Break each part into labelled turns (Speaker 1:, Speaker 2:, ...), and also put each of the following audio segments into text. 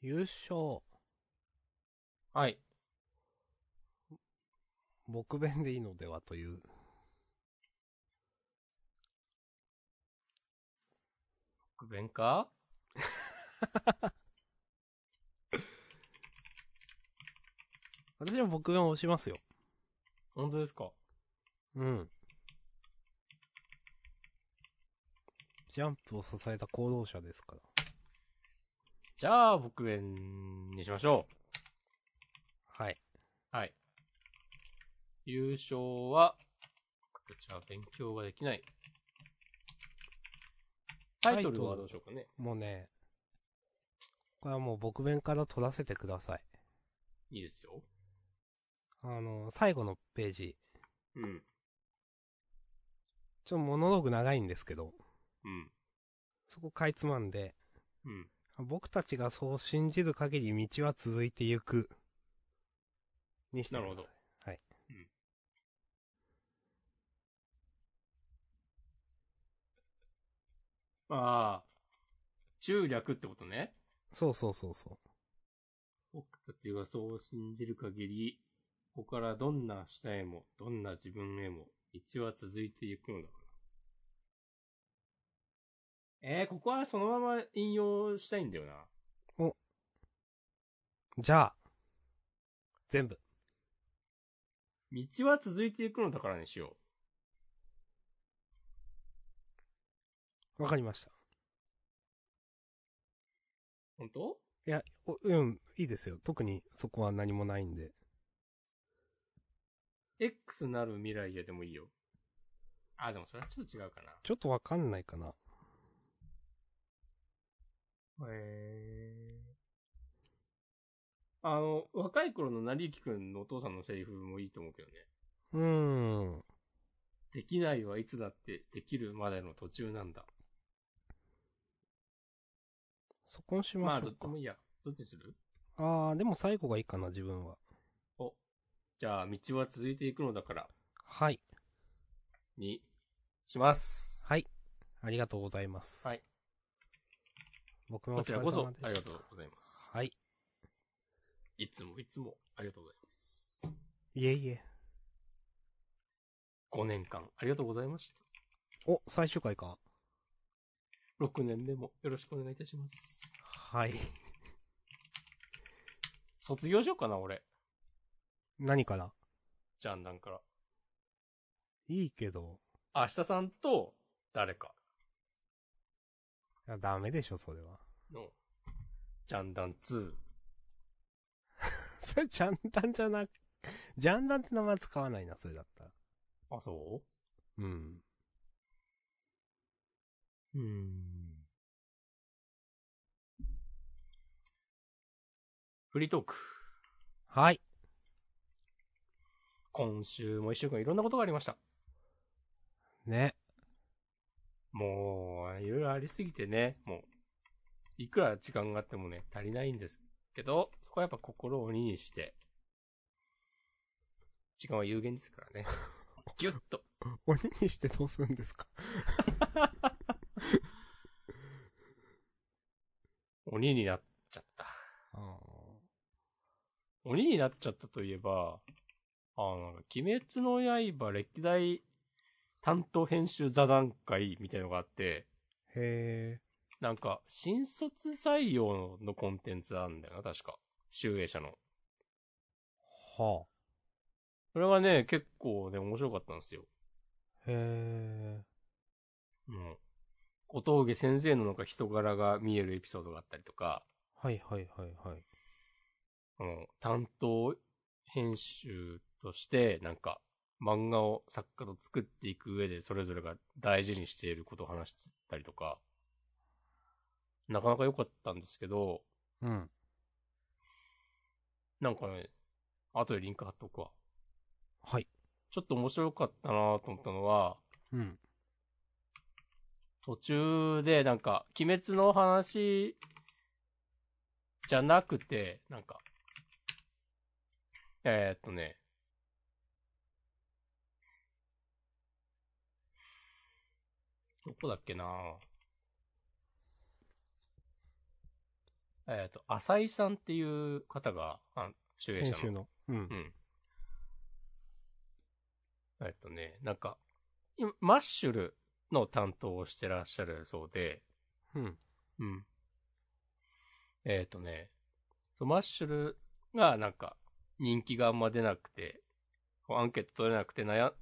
Speaker 1: 優勝。
Speaker 2: はい。
Speaker 1: 僕弁でいいのではという。
Speaker 2: 僕弁か
Speaker 1: 私は僕弁を押しますよ。
Speaker 2: 本当ですか
Speaker 1: うん。ジャンプを支えた行動者ですから。
Speaker 2: じゃあ、僕弁にしましょ
Speaker 1: はい。
Speaker 2: う。はい。優勝は、僕たちは勉強ができない。タイトルはどうしようかね。
Speaker 1: もうね、これはもう僕弁から取らせてください。
Speaker 2: いいですよ。
Speaker 1: あの、最後のページ。
Speaker 2: うん。
Speaker 1: ちょっとモノローグ長いんですけど、
Speaker 2: うん。
Speaker 1: そこかいつまんで、
Speaker 2: うん。
Speaker 1: 僕たちがそう信じる限り道は続いてゆく。にしてください。
Speaker 2: なるほど
Speaker 1: はい。
Speaker 2: うんああ、中略ってことね。
Speaker 1: そうそうそうそう。
Speaker 2: 僕たちがそう信じる限り、ここからどんな明日へも、どんな自分へも、道は続いていくのだから。えー、ここはそのまま引用したいんだよな。
Speaker 1: じゃあ、全部。
Speaker 2: 道は続いていくのだからにしよ
Speaker 1: わかりました。
Speaker 2: う。本当
Speaker 1: いや、おうん、いいですよ。特にそこは何もないんで。
Speaker 2: ?X なる未来へでもいいよ。あ、でもそれはちょっと違うかな。
Speaker 1: ちょっとわかんないかな。
Speaker 2: へあの、若い頃の成幸くんのお父さんのセリフもいいと思うけどね。
Speaker 1: うーん。
Speaker 2: できないはいつだってできるまでの途中なんだ。
Speaker 1: そこにし
Speaker 2: ま
Speaker 1: ま
Speaker 2: あ、
Speaker 1: しょう
Speaker 2: どっ
Speaker 1: か。
Speaker 2: ちもいいや。どっちにする
Speaker 1: あー、でも最後がいいかな、自分は。
Speaker 2: じゃあ、道は続いていくのだから、
Speaker 1: はい。
Speaker 2: に、します。
Speaker 1: はい。ありがとうございます。
Speaker 2: はい。
Speaker 1: 僕もお
Speaker 2: こち
Speaker 1: 疲れ
Speaker 2: ら
Speaker 1: 様で
Speaker 2: こ
Speaker 1: した
Speaker 2: そ、ありがとうございます。
Speaker 1: はい。
Speaker 2: いつもいつも、ありがとうございます。
Speaker 1: いえいえ。
Speaker 2: 5年間、ありがとうございました。
Speaker 1: お、最終回か。
Speaker 2: 6年でも、よろしくお願いいたします。
Speaker 1: はい。
Speaker 2: 卒業しようかな、俺。
Speaker 1: 何から
Speaker 2: ジャンダンから。
Speaker 1: いいけど。
Speaker 2: 明日さんと、誰か
Speaker 1: いやダメでしょ、それは。
Speaker 2: の、ジャンダン2。
Speaker 1: それ、ジャンダンじゃなく、ジャンダンって名前使わないな、それだったら。
Speaker 2: あ、そ
Speaker 1: うん。
Speaker 2: ううん。フリートーク。
Speaker 1: はい。
Speaker 2: 今週も一週間いろんなことがありました。
Speaker 1: ね。
Speaker 2: もう、いろいろありすぎてね、もう、いくら時間があってもね、足りないんですけど、そこはやっぱ心を鬼にして、時間は有限ですから ね。ぎゅっと。
Speaker 1: 鬼にしてどうするんですか
Speaker 2: 鬼になっちゃった。
Speaker 1: あ
Speaker 2: 鬼になっちゃったといえば、あの、なんか鬼滅の刃歴代担当編集座談会みたいのがあって、
Speaker 1: ーへえ。
Speaker 2: なんか、新卒採用のコンテンツあるんだよな、確か。集英社の。
Speaker 1: は
Speaker 2: それがね、結構ね、面白かったんですよ。
Speaker 1: あ。へえ。
Speaker 2: うん。小峠先生のなんか人柄が見えるエピソードがあったりとか、
Speaker 1: はいはいはいはい。
Speaker 2: あの、担当編集として、なんか、漫画を作家と作っていく上で、それぞれが大事にしていることを話してたりとか、なかなか良かったんですけど、
Speaker 1: うん。
Speaker 2: なんかね、後でリンク貼っとくわ。
Speaker 1: はい。
Speaker 2: ちょっと面白かったなと思ったのは、
Speaker 1: うん。
Speaker 2: 途中でなんか、鬼滅の話じゃなくて、なんか、えー、っとね、どこだっけなえっ、と、浅井さんっていう方が、あ集英
Speaker 1: 編
Speaker 2: 者
Speaker 1: 集
Speaker 2: の。
Speaker 1: の。うん
Speaker 2: う。ん。えっとね、なんか、今マッシュルの担当をしてらっしゃるそうで、
Speaker 1: うん。
Speaker 2: うん。えっ、とね、そうマッシュルがなんか人気があんま出なくて、こうアンケート取れなくて悩ん、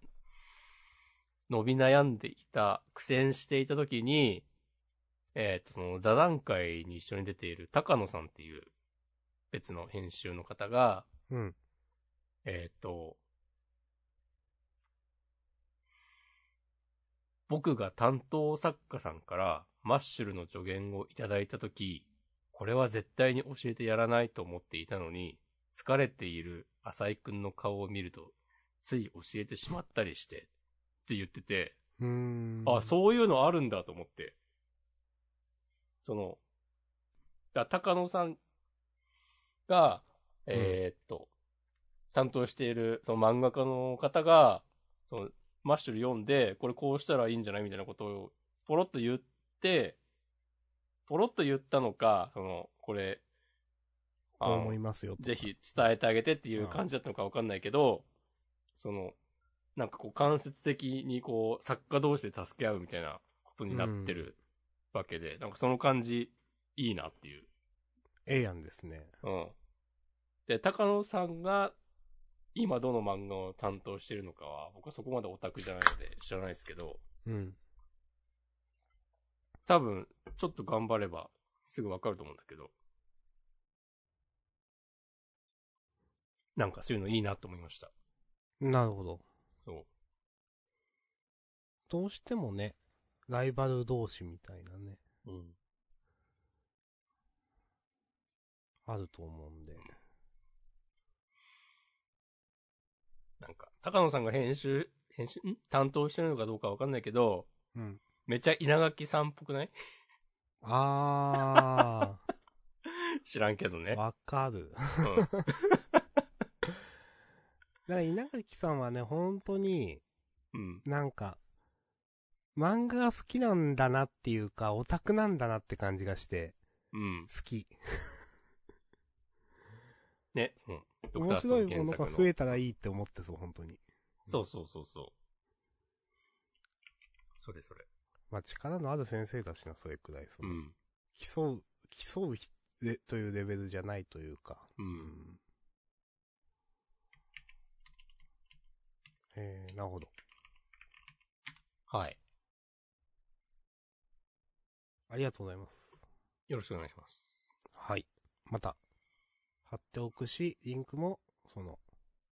Speaker 2: 伸び悩んでいた、苦戦していた時に、えっ、と、その座談会に一緒に出ている高野さんっていう別の編集の方が、
Speaker 1: うん。
Speaker 2: えっ、と、僕が担当作家さんからマッシュルの助言をいただいたとき、これは絶対に教えてやらないと思っていたのに、疲れている浅井くんの顔を見ると、つい教えてしまったりして、って言ってて、
Speaker 1: うーん。
Speaker 2: あ、そういうのあるんだと思って。その、だ高野さんが、えーっと、担当している、その漫画家の方が、その、マッシュル読んで、これこうしたらいいんじゃないみたいなことを、ポロッと言って、ポロッと言ったのか、その、これ、あ
Speaker 1: こう
Speaker 2: の
Speaker 1: 思いますよ。
Speaker 2: ぜ。ひ伝えてあげてっていう感じだったのかわかんないけど、その、なんかこう間接的にこう作家同士で助け合うみたいなことになってるわけで、なんかその感じいいなっていう。
Speaker 1: ええやんですね。
Speaker 2: うん。で、高野さんが今どの漫画を担当してるのかは、僕はそこまでオタクじゃないので知らないですけど、
Speaker 1: うん。
Speaker 2: 多分ちょっと頑張ればすぐわかると思うんだけど、なんかそういうのいいなと思いました。
Speaker 1: なるほど。
Speaker 2: そう。
Speaker 1: どうしてもね、ライバル同士みたいなね、
Speaker 2: うん。
Speaker 1: あると思うんで。
Speaker 2: なんか、高野さんが編集、編集、ん担当してるのかどうかわかんないけど、
Speaker 1: うん。
Speaker 2: めっちゃ稲垣さんっぽくない
Speaker 1: あ
Speaker 2: 知らんけどね
Speaker 1: ー、。わかる。
Speaker 2: うん
Speaker 1: だから稲垣さんはね、本当に、
Speaker 2: うん。
Speaker 1: なんか、漫画が好きなんだなっていうか、オタクなんだなって感じがして、
Speaker 2: うん。
Speaker 1: 好き。
Speaker 2: ね。うん。ドクタ
Speaker 1: 面
Speaker 2: ースト
Speaker 1: 白
Speaker 2: ー
Speaker 1: い
Speaker 2: ン
Speaker 1: もの
Speaker 2: 原
Speaker 1: が
Speaker 2: 作
Speaker 1: 増
Speaker 2: の。
Speaker 1: えたらいいって思ってそう、本当に。
Speaker 2: そうそうそうそう。それそれ。
Speaker 1: まあ、力のある先生だしな、それくらい。そうの
Speaker 2: ん。
Speaker 1: 競う、競うひれというレベルじゃないというか。
Speaker 2: う。。
Speaker 1: うんえー、なるほど。
Speaker 2: はい。
Speaker 1: ありがとうございます。
Speaker 2: よろしくお願いします。
Speaker 1: はい。また、貼っておくし、リンクも、その、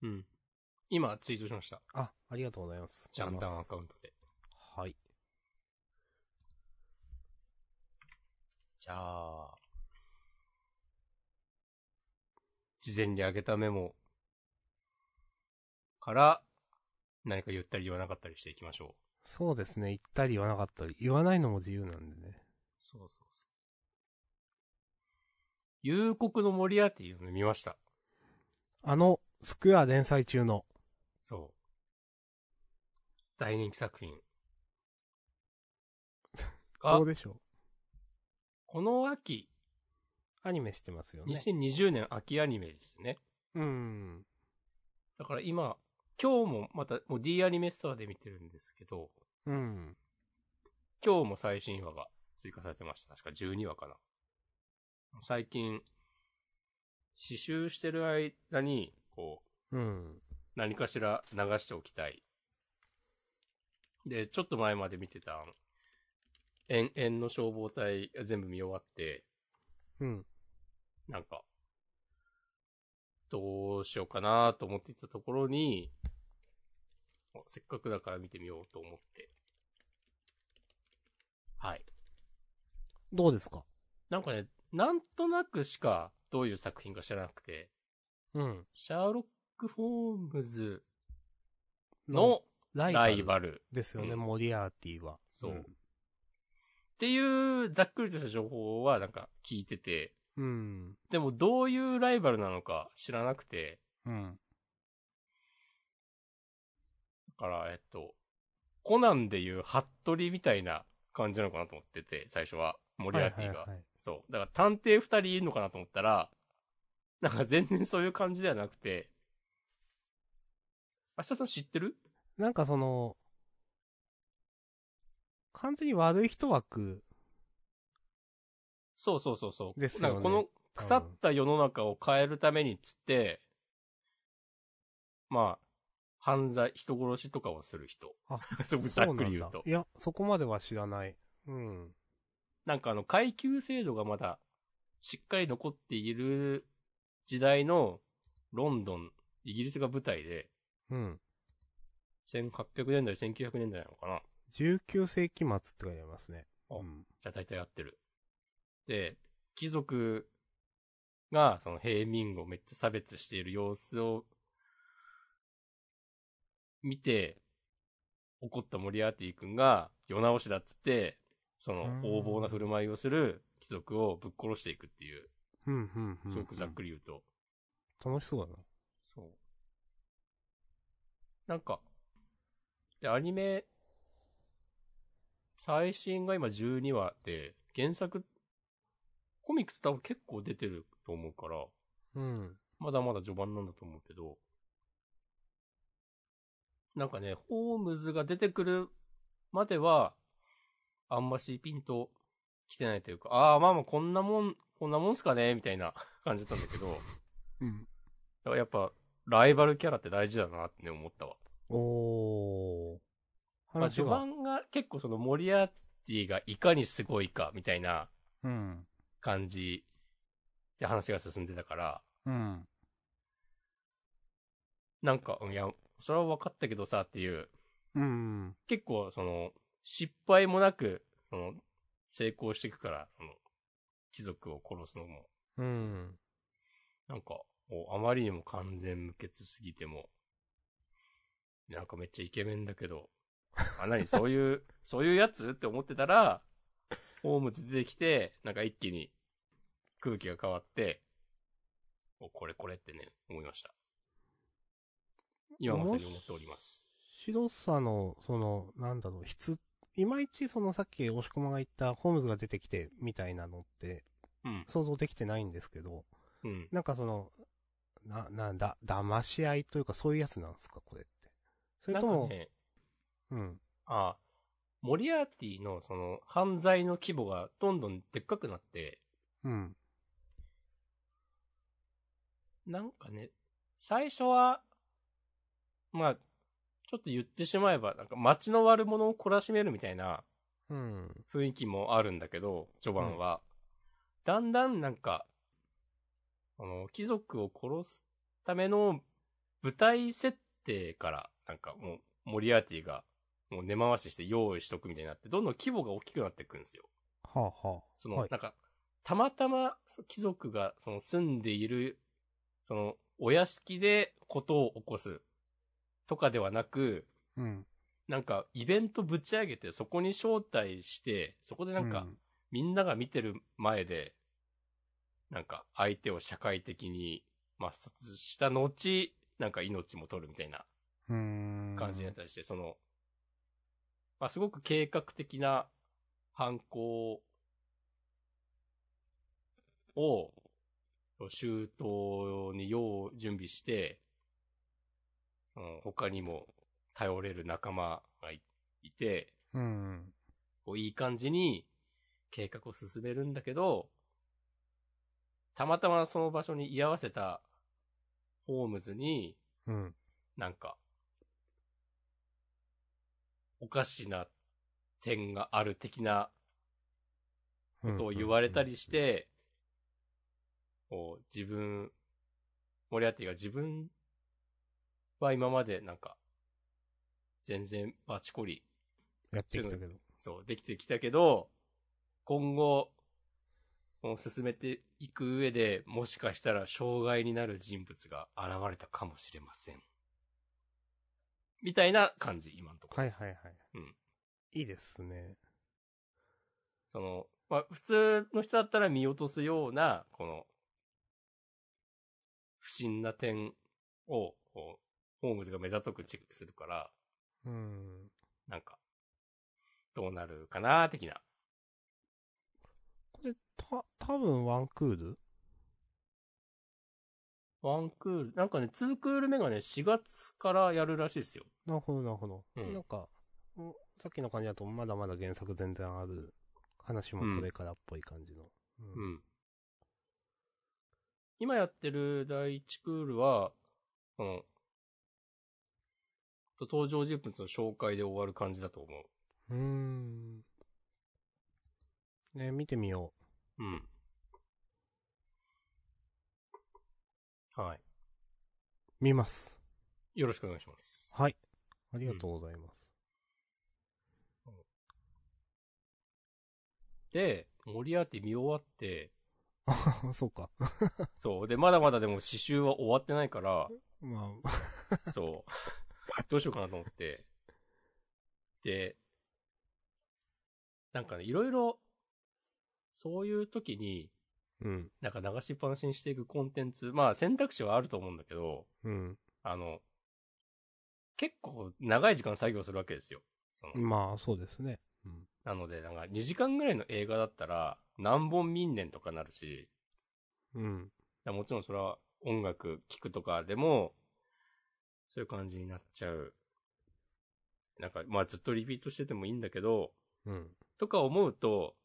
Speaker 2: うん。今、ツイートしました。
Speaker 1: あ、ありがとうございます。
Speaker 2: ジャンダンアカウントで。
Speaker 1: はい。
Speaker 2: じゃあ、事前にあげたメモから、何か言ったり言わなかったりしていきましょう。
Speaker 1: そうですね。言ったり言わなかったり。言わないのも自由なんでね。
Speaker 2: そうそうそう。夕刻の森屋っていうの見ました。
Speaker 1: あの、スクエア連載中の、
Speaker 2: そう。大人気作 品。
Speaker 1: ど
Speaker 2: が
Speaker 1: う、でしょ
Speaker 2: この秋、
Speaker 1: うアニメしてますよね。
Speaker 2: 2020年秋アニメですね。
Speaker 1: うん。
Speaker 2: だから今、今日もまた、もう D アニメストアで見てるんですけど、
Speaker 1: うん。
Speaker 2: 今日も最新話が追加されてました。確か12話かな。最近、刺繍してる間に、こう、
Speaker 1: うん。
Speaker 2: 何かしら流しておきたい。で、ちょっと前まで見てた、あの円、円の消防隊全部見終わって、
Speaker 1: うん。
Speaker 2: なんか、どうしようかなと思っていたところに、おせっかくだから見てみようと思って。はい。
Speaker 1: どうですか
Speaker 2: なんかね、なんとなくしかどういう作品か知らなくて、
Speaker 1: うん。
Speaker 2: シャーロック・ホームズの
Speaker 1: ラ
Speaker 2: ライバル
Speaker 1: ですよね、
Speaker 2: うん
Speaker 1: モリアーティは。
Speaker 2: そうっていうざっくりとした情報はなんか聞いてて、
Speaker 1: うん。
Speaker 2: でもどういうライバルなのか知らなくて、
Speaker 1: うん。
Speaker 2: だから、えっと、コナンでいうハットリみたいな感じなのかなと思ってて、最初は。モリアーティが。
Speaker 1: はいはいはい
Speaker 2: そう。だから探偵二人いるのかなと思ったら、なんか全然そういう感じではなくて、明日さん知ってる
Speaker 1: なんかその、完全に悪い人枠。
Speaker 2: そうそうそうそう。
Speaker 1: ですよね
Speaker 2: なんかこの腐った世の中を変えるためにっつって、まあ、犯罪、人殺しとかをす る人。
Speaker 1: あ
Speaker 2: そうざっくり
Speaker 1: そ
Speaker 2: 言う
Speaker 1: なんだ
Speaker 2: と
Speaker 1: い。や、そこまでは知らない。うん。
Speaker 2: なんかあの階級制度がまだしっかり残っている時代のロンドン、イギリスが舞台で、
Speaker 1: うん。
Speaker 2: 1800年代、1900年代なのかな
Speaker 1: 19世紀末って書いてありますね。
Speaker 2: あ
Speaker 1: うん。
Speaker 2: じゃあ大体合ってる。で、貴族がその平民をめっちゃ差別している様子を見て、怒ったモリアーティ君が世直しだっつって、その
Speaker 1: うん
Speaker 2: 横暴な振る舞いをする貴族をぶっ殺していくっていう、
Speaker 1: うん、うん、うん。
Speaker 2: すごくざっくり言うと。
Speaker 1: 楽しそうだな。
Speaker 2: そう。なんか、で、アニメ、最新が今12話で、原作、コミックス多分結構出てると思うから、
Speaker 1: うん。
Speaker 2: まだまだ序盤なんだと思うけど、なんかね、ホームズが出てくるまでは、あんましピンと来てないというか、ああ、まあまあこんなもん、こんなもんすかねみたいな感じだったんだけど、
Speaker 1: うん。
Speaker 2: だからやっぱ、ライバルキャラって大事だなってね思ったわ。
Speaker 1: おー。
Speaker 2: まあ、
Speaker 1: 話
Speaker 2: 序
Speaker 1: が、
Speaker 2: 盤が結構そのモリアーティがいかにすごいかみたいな
Speaker 1: うん。
Speaker 2: 感じで話が進んでたから、
Speaker 1: うん。
Speaker 2: なんか、いや、それは分かったけどさっていう、
Speaker 1: うん。
Speaker 2: 結構その、失敗もなく、その、成功していくから、その、貴族を殺すのも、
Speaker 1: うん。
Speaker 2: なんか、もうあまりにも完全無欠すぎても、なんかめっちゃイケメンだけど、あ、なに、そういう、そういうやつって思ってたら、ホームズ出てきて、なんか一気に空気が変わって、お、これこれってね、思いました。今まさに思っております。
Speaker 1: 白さの、その、なんだろう、質、いまいちそのさっき押し込まが言ったホームズが出てきてみたいなのって
Speaker 2: うん。
Speaker 1: 想像できてないんですけど、
Speaker 2: うん。
Speaker 1: なんかその、な、なんだ、騙し合いというかそういうやつなんですか、これって。それ
Speaker 2: なん
Speaker 1: と
Speaker 2: か
Speaker 1: も、
Speaker 2: ね、
Speaker 1: うん。
Speaker 2: あ、モリアーティのその犯罪の規模がどんどんでっかくなって、
Speaker 1: うん。
Speaker 2: なんかね、最初は、まあ、ちょっと言ってしまえば、なんか街の悪者を懲らしめるみたいな
Speaker 1: うん。
Speaker 2: 雰囲気もあるんだけど、序盤は。だんだんなんか、あの、貴族を殺すための舞台設定から、なんかもう、モリアーティが、もう根回しして用意しとくみたいになって、どんどん規模が大きくなっていくんですよ。
Speaker 1: はあはあ。
Speaker 2: その、
Speaker 1: はい
Speaker 2: なんか、たまたまそう貴族がその住んでいる、その、お屋敷でことを起こすとかではなく、
Speaker 1: うん。
Speaker 2: なんか、イベントぶち上げて、そこに招待して、そこでなん
Speaker 1: う
Speaker 2: か、
Speaker 1: ん
Speaker 2: みんなが見てる前で、なんか、相手を社会的に抹殺した後、なんか命も取るみたいな
Speaker 1: うーん。
Speaker 2: 感じになったりして、その、まあ、すごく計画的な犯行を、周到に用、準備して、その他にも頼れる仲間がいいて、
Speaker 1: うん。
Speaker 2: こういい感じに計画を進めるんだけど、たまたまその場所に居合わせたホームズに、
Speaker 1: うん。
Speaker 2: なんか、おかしな点がある的なことを言われたりして、こう、自分、モリアティが自分は今までなんか、全然バチコリ
Speaker 1: やってきたけど。
Speaker 2: そう、できてきたけど、今後、もう進めていく上で、もしかしたら障害になる人物が現れたかもしれません。みたいな感じ、今のところ。
Speaker 1: はいはいはい。
Speaker 2: うん。
Speaker 1: いいですね。
Speaker 2: その、まあ、普通の人だったら見落とすような、この、不審な点を、こうホームズが目ざとくチェックするから、
Speaker 1: うん。
Speaker 2: なんか、どうなるかな、的な。
Speaker 1: れ、た、多分ワンクール
Speaker 2: ワンクール、なんかね、ツークール目がね、4月からやるらしいですよ。
Speaker 1: なるほど、なるほど。
Speaker 2: うん
Speaker 1: なんか、うんさっきの感じだと、まだまだ原作全然ある話もこれからっぽい感じの。うん
Speaker 2: うん。今やってる第1クールは、その、と登場人物の紹介で終わる感じだと思
Speaker 1: うーん。ね、見てみよ
Speaker 2: う。うん。は
Speaker 1: う。見ます。
Speaker 2: い。よろしくお願いします。
Speaker 1: はい。ありがとうございます。
Speaker 2: で、モリアーティ見終わって、
Speaker 1: そうか。
Speaker 2: そう。で、まだまだでも刺繍は終わってないから、
Speaker 1: ま
Speaker 2: そう。どう しようかなと思って。で、なんかね、いろいろ、そういう時に、
Speaker 1: あ、うん。
Speaker 2: なんか流しっぱなしにしていくコンテンツ、まあ選択肢はあると思うんだけど、
Speaker 1: うん。
Speaker 2: あの、結構長い時間作業するわけですよ。その
Speaker 1: まあ、そうですね。うん。
Speaker 2: なので、なんか2時間ぐらいの映画だったら、何本見んねんとかなるし、
Speaker 1: うん。
Speaker 2: だからもちろんそれは音楽聴くとかでも、そういう感じになっちゃう。なんか、まあずっとリピートしててもいいんだけど、
Speaker 1: うん。
Speaker 2: とか思うと、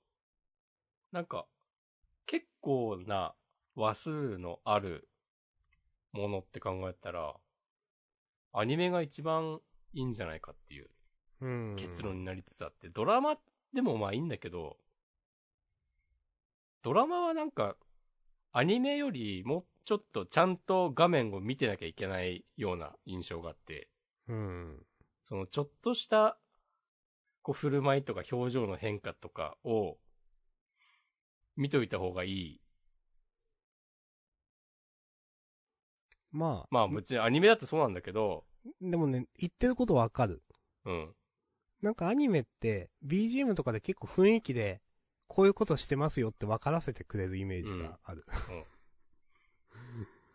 Speaker 2: なんか、結構な話数のあるものって考えたら、アニメが一番いいんじゃないかっていう
Speaker 1: うん。
Speaker 2: 結論になりつつあって、ドラマでもまあいいんだけど、ドラマはなんか、アニメよりもちょっとちゃんと画面を見てなきゃいけないような印象があって、
Speaker 1: うん。
Speaker 2: そのちょっとした、こう振る舞いとか表情の変化とかを、見といた方がいい。
Speaker 1: まあ、
Speaker 2: まあ別にアニメだとそうなんだけど、
Speaker 1: でもね、言ってることわかる。
Speaker 2: うん。
Speaker 1: なんかアニメって、BGM とかで結構雰囲気で、こういうことしてますよって分からせてくれるイメージがある。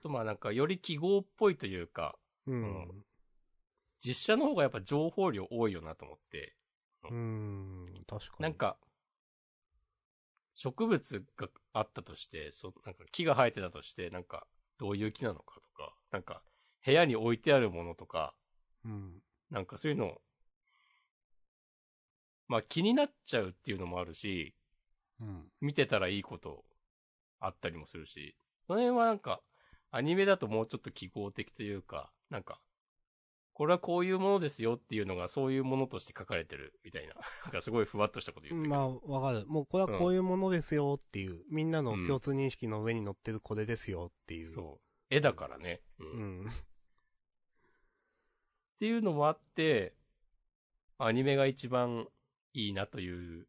Speaker 2: とまあなんかより記号っぽいというか、
Speaker 1: う
Speaker 2: 実写の方がやっぱ情報量多いよなと思って、
Speaker 1: うん。うん、確かに。
Speaker 2: なん、か、植物があったとして、そなんか木が生えてたとして、なんかどういう木なのかとか、なんか部屋に置いてあるものとか、
Speaker 1: うん。
Speaker 2: なんかそういうの、まあ気になっちゃうっていうのもあるし、
Speaker 1: うん。
Speaker 2: 見てたらいいことあったりもするし、その辺はなんか、アニメだともうちょっと記号的というか、なんか、これはこういうものですよっていうのがそういうものとして書かれてるみたいな、なんかすごいふわっとしたこと言ってるけ
Speaker 1: ま
Speaker 2: ど
Speaker 1: あ、わかる。もうこれはこういうものですよっていう、みんなの共通認識の上に乗ってるこれですよっていう。
Speaker 2: そう。絵だからね。うん
Speaker 1: うん。
Speaker 2: っていうのもあって、アニメが一番いいなという、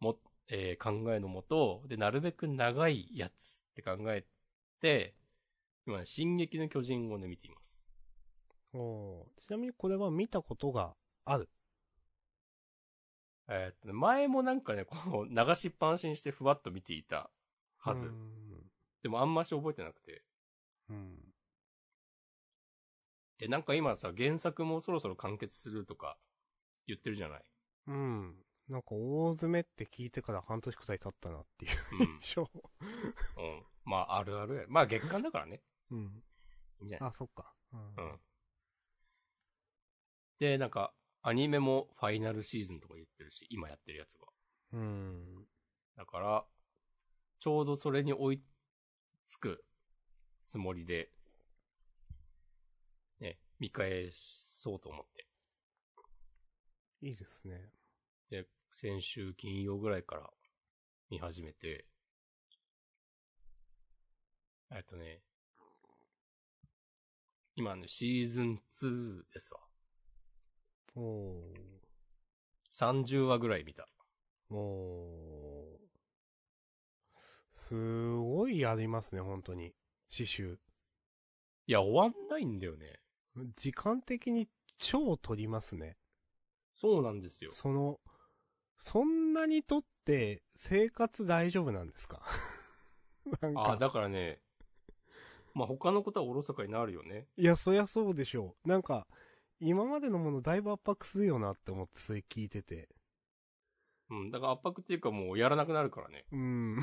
Speaker 2: も、えー考えのもと、で、なるべく長いやつって考えて、今ね、進撃の巨人をね、見ています。
Speaker 1: おーちなみにこれは見たことがある。
Speaker 2: えーっとね、前もなんかね、こう、流しっぱなしにしてふわっと見ていたはず。
Speaker 1: うん
Speaker 2: でもあんまし覚えてなくて。
Speaker 1: うん。
Speaker 2: で、なんか今さ、原作もそろそろ完結するとか言ってるじゃない。
Speaker 1: うん。なんか大詰めって聞いてから半年くらい経ったなっていう
Speaker 2: うん
Speaker 1: 印象。。
Speaker 2: うん。まあ、あるあるや。まあ、月間だからね。
Speaker 1: うん。
Speaker 2: いいんじゃない
Speaker 1: あ、そっか。う
Speaker 2: うん。で、なんか、アニメもファイナルシーズンとか言ってるし、今やってるやつが。
Speaker 1: ん。うん。
Speaker 2: だから、ちょうどそれに追いつくつもりで、ね、見返そうと思って。
Speaker 1: いいですね。
Speaker 2: で、先週金曜ぐらいから見始めて、えっとね、今ね、シーズン2ですわ。
Speaker 1: お
Speaker 2: 30話ぐらい見た。
Speaker 1: ー。おー。すごいやりますね、本当に。刺繍。
Speaker 2: いや、終わんないんだよね。
Speaker 1: 時間的に超取りますね。
Speaker 2: そうなんですよ。
Speaker 1: その、そんなにとって生活大丈夫なんですか なん
Speaker 2: あ、
Speaker 1: か、
Speaker 2: だからね、まあ、他のことはおろそかになるよね。
Speaker 1: いや、そりゃそうでしょう。なんか、今までのものだいぶ圧迫するよなって思ってそれ聞いてて。
Speaker 2: うん、だから圧迫っていうかもうやらなくなるから ね。
Speaker 1: うん。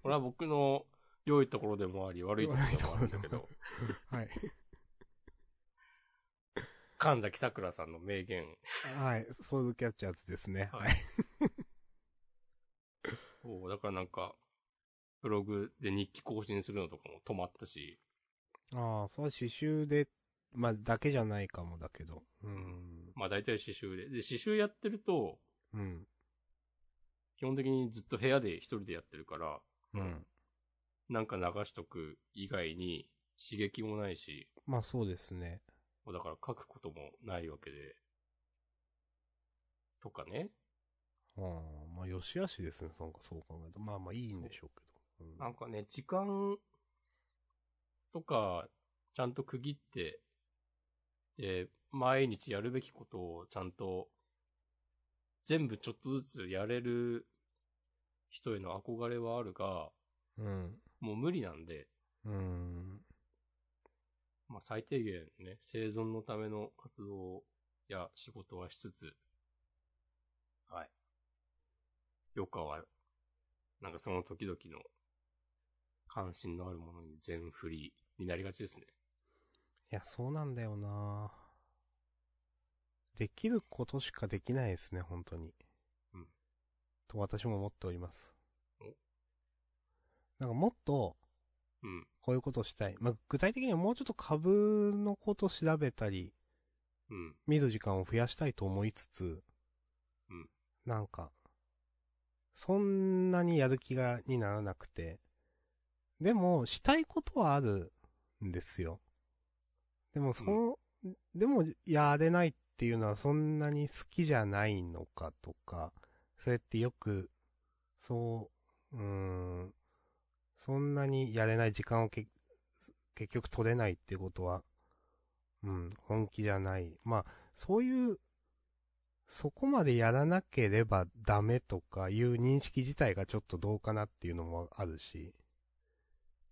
Speaker 2: これは僕の良いところでもあり、悪いところでもあるんだけ
Speaker 1: 悪いところでも
Speaker 2: ど、
Speaker 1: はい。
Speaker 2: 神崎桜さんの名言
Speaker 1: はい。ソードキャッチャーズですね。
Speaker 2: はいを、だからなんか、ブログで日記更新するのとかも止まったし、
Speaker 1: ああ、それは刺繍で、まあ、だけじゃないかもだけど。うん。
Speaker 2: まあ大体刺繍で。で、刺繍やってると、
Speaker 1: うん。
Speaker 2: 基本的にずっと部屋で一人でやってるから、
Speaker 1: うん。
Speaker 2: なんか流しとく以外に刺激もないし、
Speaker 1: まあ、そうですね。
Speaker 2: もうだから書くこともないわけで、とかね。
Speaker 1: ああ、まあ、よしあしですね。なんかそう考えると。まあまあ、いいんでしょうけど。うん、
Speaker 2: な
Speaker 1: あ
Speaker 2: んかね、時間とか、ちゃんと区切って、で、毎日やるべきことをちゃんと、全部ちょっとずつやれる人への憧れはあるが、
Speaker 1: うん。
Speaker 2: もう無理なんで、
Speaker 1: うん。
Speaker 2: まあ最低限ね、生存のための活動や仕事はしつつ、はい。余暇は、なんかその時々の関心のあるものに全振りになりがちですね。
Speaker 1: いや、そうなんだよなできることしかできないですね、本当に。
Speaker 2: うん。
Speaker 1: と私も思っております
Speaker 2: お。
Speaker 1: なんかもっと、
Speaker 2: うん。
Speaker 1: こういうことしたい。まあ、具体的にはもうちょっと株のこと調べたり、
Speaker 2: うん。
Speaker 1: 見る時間を増やしたいと思いつつ、
Speaker 2: うん
Speaker 1: なんか、そんなにやる気が、にならなくて。でも、したいことはあるんですよ。でも、その、でも、やれないっていうのはそんなに好きじゃないのかとか、それってよく、そう、うーん、そんなにやれない時間をけ結局取れないっていうことは、うん、本気じゃない。まあ、そういう、そこまでやらなければダメとかいう認識自体がちょっとどうかなっていうのもあるし。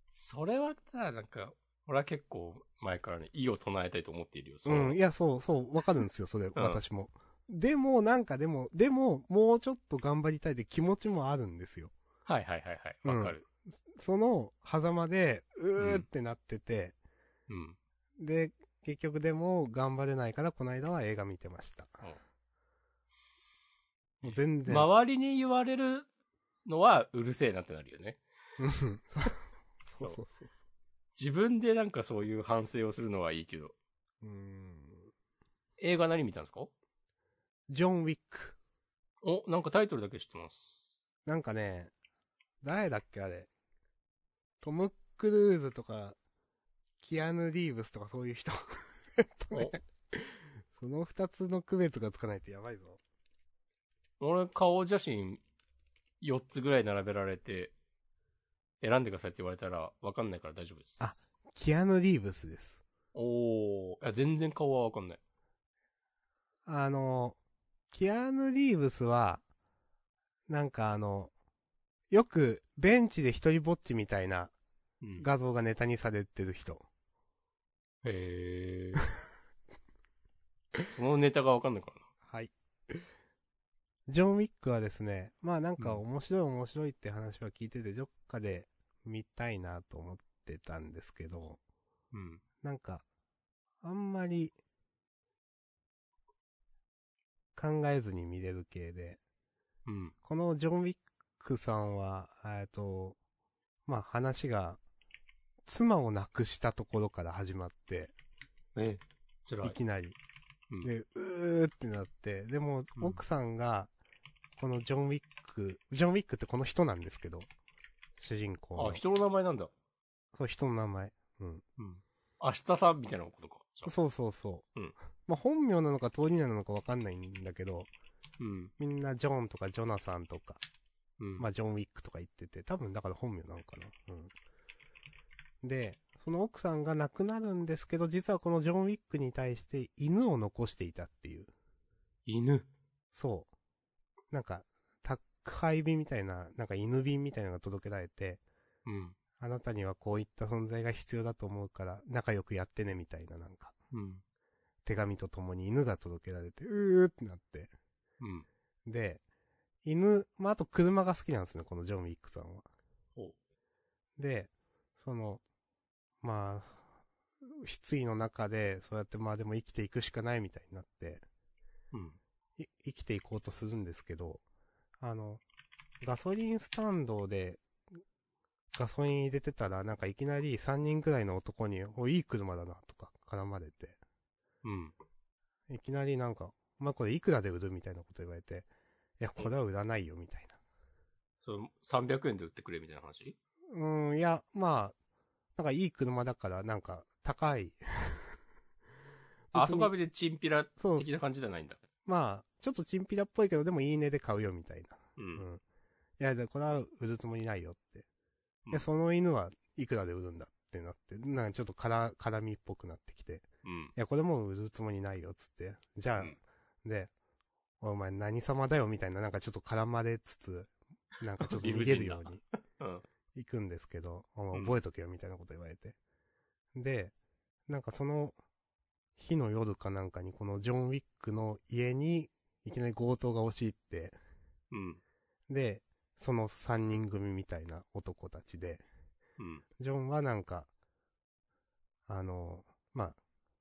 Speaker 2: それはさ、なんか、俺は結構前からね、意を唱えたいと思っているよ。そ
Speaker 1: う
Speaker 2: の
Speaker 1: ん、いや、そう、そう、わかるんですよ、それ、
Speaker 2: ん
Speaker 1: 私も。でも、なんかでも、でも、もうちょっと頑張りたいって気持ちもあるんですよ。
Speaker 2: はいはいはいはい。わかる。
Speaker 1: その、狭間で、う
Speaker 2: う
Speaker 1: ーっ
Speaker 2: ん
Speaker 1: てなってて、
Speaker 2: うん。
Speaker 1: で、結局でも頑張れないから、この間は映画見てました。もう全然。
Speaker 2: 周りに言われるのはうるせえなってなるよね。
Speaker 1: うんそうそうそうそう。
Speaker 2: 自分でなんかそういう反省をするのはいいけど。
Speaker 1: うーん。
Speaker 2: 映画何見たんですか
Speaker 1: ジョン・ウィック。
Speaker 2: お、なんかタイトルだけ知ってます。
Speaker 1: なんかね、誰だっけあれ。トム・クルーズとか、キアヌ・リーブスとかそういう人。えっとね、 その二つの区別がつかないとやばいぞ。
Speaker 2: お俺顔写真4つぐらい並べられて、選んでくださいって言われたらわかんないから大丈夫です。
Speaker 1: あキアヌ・リーブスです。
Speaker 2: おー。いや、全然顔はわかんない。
Speaker 1: あの、キアヌ・リーブスは、なんかあの、よくベンチで一人ぼっちみたいな
Speaker 2: うん。
Speaker 1: 画像がネタにされてる人。
Speaker 2: へー。そのネタがわかんないからな。
Speaker 1: はい。ジョン・ウィックはですね、まあなんか面白い面白いって話は聞いてて、どっかで見たいなと思ってたんですけど、
Speaker 2: うん。
Speaker 1: なんか、あんまり、考えずに見れる系で、
Speaker 2: うん。
Speaker 1: このジョン・ウィックさんは、えっと、まあ話が、妻を亡くしたところから始まって、
Speaker 2: え、辛
Speaker 1: い
Speaker 2: い。
Speaker 1: きなり。
Speaker 2: うん
Speaker 1: で、うーってなって、でも、
Speaker 2: うん
Speaker 1: 奥さんが、このジョン・ウィック、ジョン・ウィックってこの人なんですけど、主人公の。
Speaker 2: あ、人の名前なんだ。
Speaker 1: そう、人の名前。うん。
Speaker 2: うん。明日さんみたいなことか。じゃあ
Speaker 1: そうそうそう。
Speaker 2: うん
Speaker 1: まあ、本名なのか通り名なのかわかんないんだけど、
Speaker 2: うん。
Speaker 1: みんなジョンとかジョナサンとか、
Speaker 2: うん。
Speaker 1: まあ、ジョン・ウィックとか言ってて、多分だから本名なのかな。うん。で、その奥さんが亡くなるんですけど、実はこのジョン・ウィックに対して犬を残していたっていう。
Speaker 2: 犬。
Speaker 1: そう。なんか、宅配便みたいな、なんか犬便みたいなのが届けられて、
Speaker 2: うん。
Speaker 1: あなたにはこういった存在が必要だと思うから、仲良くやってね、みたいななんか、
Speaker 2: うん。
Speaker 1: 手紙とともに犬が届けられて、うーってなって。
Speaker 2: うん。
Speaker 1: で、犬、まあ、あと車が好きなんですね、このジョン・ウィックさんは。
Speaker 2: ほう。
Speaker 1: で、その、まあ、失意の中で、そうやってまあでも生きていくしかないみたいになって、
Speaker 2: うん。
Speaker 1: い生きていこうとするんですけど、あの、ガソリンスタンドで、ガソリン入れてたら、なんかいきなり3人くらいの男に、お、いい車だな、とか絡まれて、
Speaker 2: うん。
Speaker 1: いきなりなんか、お前これいくらで売るみたいなこと言われて、いや、これは売らないよ、みたいな。
Speaker 2: それ、300円で売ってくれみたいな話
Speaker 1: うん、いや、まあ、なんかいい車だから、なんか、高い。
Speaker 2: あ、
Speaker 1: 別
Speaker 2: そ
Speaker 1: に
Speaker 2: こは別にチンピラ
Speaker 1: そう
Speaker 2: 的な感じではないんだ。
Speaker 1: まあ、ちょっとチンピラっぽいけど、でもいいねで買うよ、みたいな。
Speaker 2: う。
Speaker 1: うんん。いや、で、これは売るつもりないよって。
Speaker 2: うん
Speaker 1: いや、その犬はいくらで売るんだってなって、なんかちょっとから、絡みっぽくなってきて。い
Speaker 2: うん。
Speaker 1: や、これもう売るつもりないよ、つって。じゃあ、
Speaker 2: うん
Speaker 1: で、お前何様だよ、みたいな、なんかちょっと絡まれつつ、なんかちょっと逃げるように。
Speaker 2: うん。
Speaker 1: 行くんですけど、お
Speaker 2: う
Speaker 1: 前
Speaker 2: ん
Speaker 1: 覚えとけよみたいなこと言われて。で、なんかその日の夜かなんかにこのジョン・ウィックの家にいきなり強盗が押し入って、
Speaker 2: うん。
Speaker 1: で、その3人組みたいな男たちで、
Speaker 2: うん。
Speaker 1: ジョンはなんか、あの、まあ、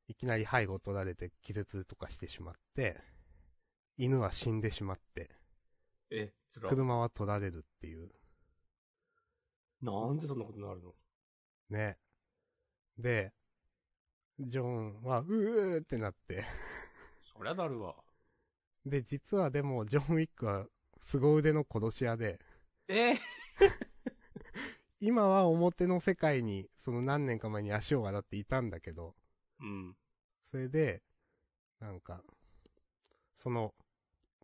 Speaker 1: いきなり背後を取られて気絶とかしてしまって、犬は死んでしまって、
Speaker 2: え、つら。
Speaker 1: 車は取られるっていう。
Speaker 2: なんでそんなことになるの
Speaker 1: ね。で、ジョンは、うーってなって。
Speaker 2: そりゃだるわ。
Speaker 1: で、実はでも、ジョン・ウィックは、凄腕の殺し屋で、
Speaker 2: え
Speaker 1: 今は表の世界に、その何年か前に足を洗っていたんだけど、
Speaker 2: うん。
Speaker 1: それで、なんか、その、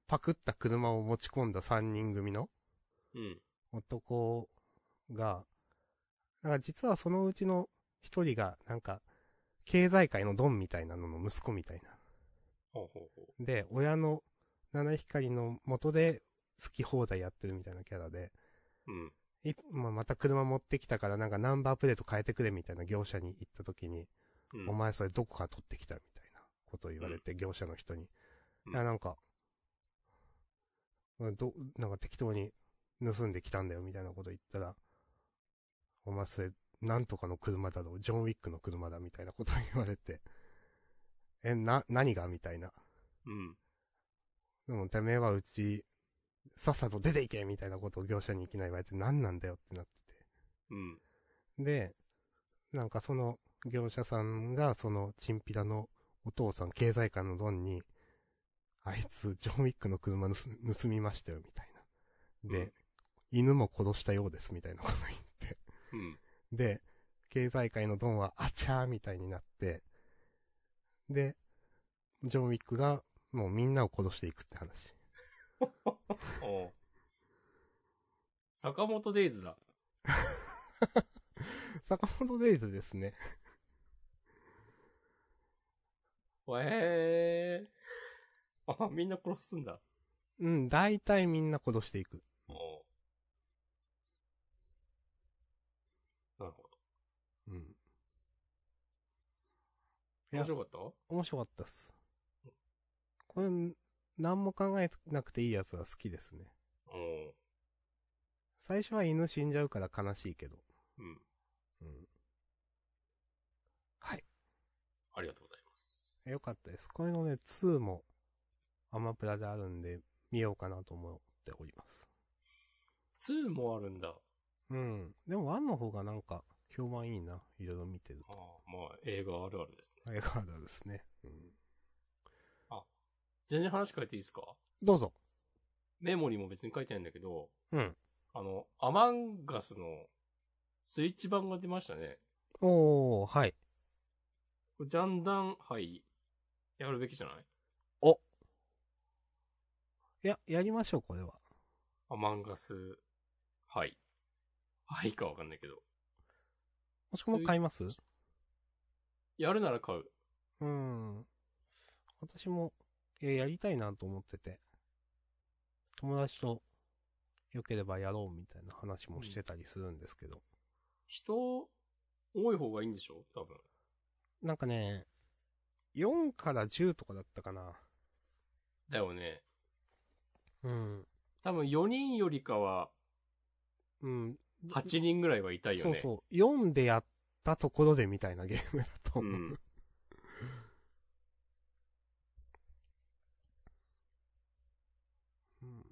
Speaker 1: パクった車を持ち込んだ3人組の
Speaker 2: うん。
Speaker 1: 男が、なんか実はそのうちの一人が、なんか、経済界のドンみたいなのの息子みたいな。
Speaker 2: ほうほうほう。
Speaker 1: で、親の七光の元で好き放題やってるみたいなキャラで、
Speaker 2: うん。
Speaker 1: いまあ、また車持ってきたからなんかナンバープレート変えてくれみたいな業者に行った時に、
Speaker 2: うん
Speaker 1: お。前それどこから取ってきたみたいなことを言われて、業者の人に。
Speaker 2: うん
Speaker 1: いや、なんか、うんど、なんか適当に盗んできたんだよみたいなこと言ったら、お前それ、なんとかの車だろう、ジョン・ウィックの車だみたいなことを言われて、え、な、何がみたいな。
Speaker 2: うん。
Speaker 1: でも、てめえはうち、さっさと出ていけみたいなことを業者にいきなり言われて、何なんだよってなって
Speaker 2: うん。
Speaker 1: て。で、なんかその業者さんが、そのチンピラのお父さん、経済官のドンに、あいつ、ジョン・ウィックの車盗盗みましたよ、みたいな。で、
Speaker 2: うん
Speaker 1: 犬も殺したようです、みたいなこと言って。
Speaker 2: うん。
Speaker 1: で、経済界のドンは、あちゃーみたいになって、で、ジョン・ウィックが、もうみんなを殺していくって話。
Speaker 2: おう坂本デイズだ。
Speaker 1: 坂本デイズですね。
Speaker 2: ええー。あ、みんな殺すんだ。
Speaker 1: うん、大体みんな殺していく。
Speaker 2: おうなるほど。
Speaker 1: うん。いや
Speaker 2: 面白かった
Speaker 1: 面白かったっす。これ、何も考えなくていいやつは好きですね。
Speaker 2: おう
Speaker 1: 最初は犬死んじゃうから悲しいけど。
Speaker 2: うん。
Speaker 1: うん。はい。
Speaker 2: ありがとうございます。
Speaker 1: えよかったです。これのね、2も、アマプラであるんで、見ようかなと思っております。
Speaker 2: 2もあるんだ。
Speaker 1: うん。でも1の方がなんか、評判いいな。いろいろ見てる
Speaker 2: ああ
Speaker 1: と。、
Speaker 2: まあ、映画あるあるですね。
Speaker 1: あれがあるですね。うん。
Speaker 2: 全然話変えていいですか
Speaker 1: どうぞ。
Speaker 2: メモにも別に書いてないんだけど、
Speaker 1: うん。
Speaker 2: あの、アマンガスのスイッチ版が出ましたね。
Speaker 1: おー、はい。
Speaker 2: これジャンダン杯やるべきじゃない
Speaker 1: いや、やりましょう、これは。
Speaker 2: アマンガス杯。杯かわかんないけど。
Speaker 1: もしくも買いますう
Speaker 2: やるなら買う。
Speaker 1: ーん。私も、えやりたいなと思ってて。友達と、良ければやろうみたいな話もしてたりするんですけど。
Speaker 2: 人、多い方がいいんでしょ多分。
Speaker 1: なんかね、4から10とかだったかな。
Speaker 2: だよね。
Speaker 1: うん。
Speaker 2: 多分4人よりかは、
Speaker 1: うん。
Speaker 2: 8人ぐらいはいたいよね。
Speaker 1: そうそう。4でやったところでみたいなゲームだと
Speaker 2: う
Speaker 1: 思う。
Speaker 2: ん。
Speaker 1: うん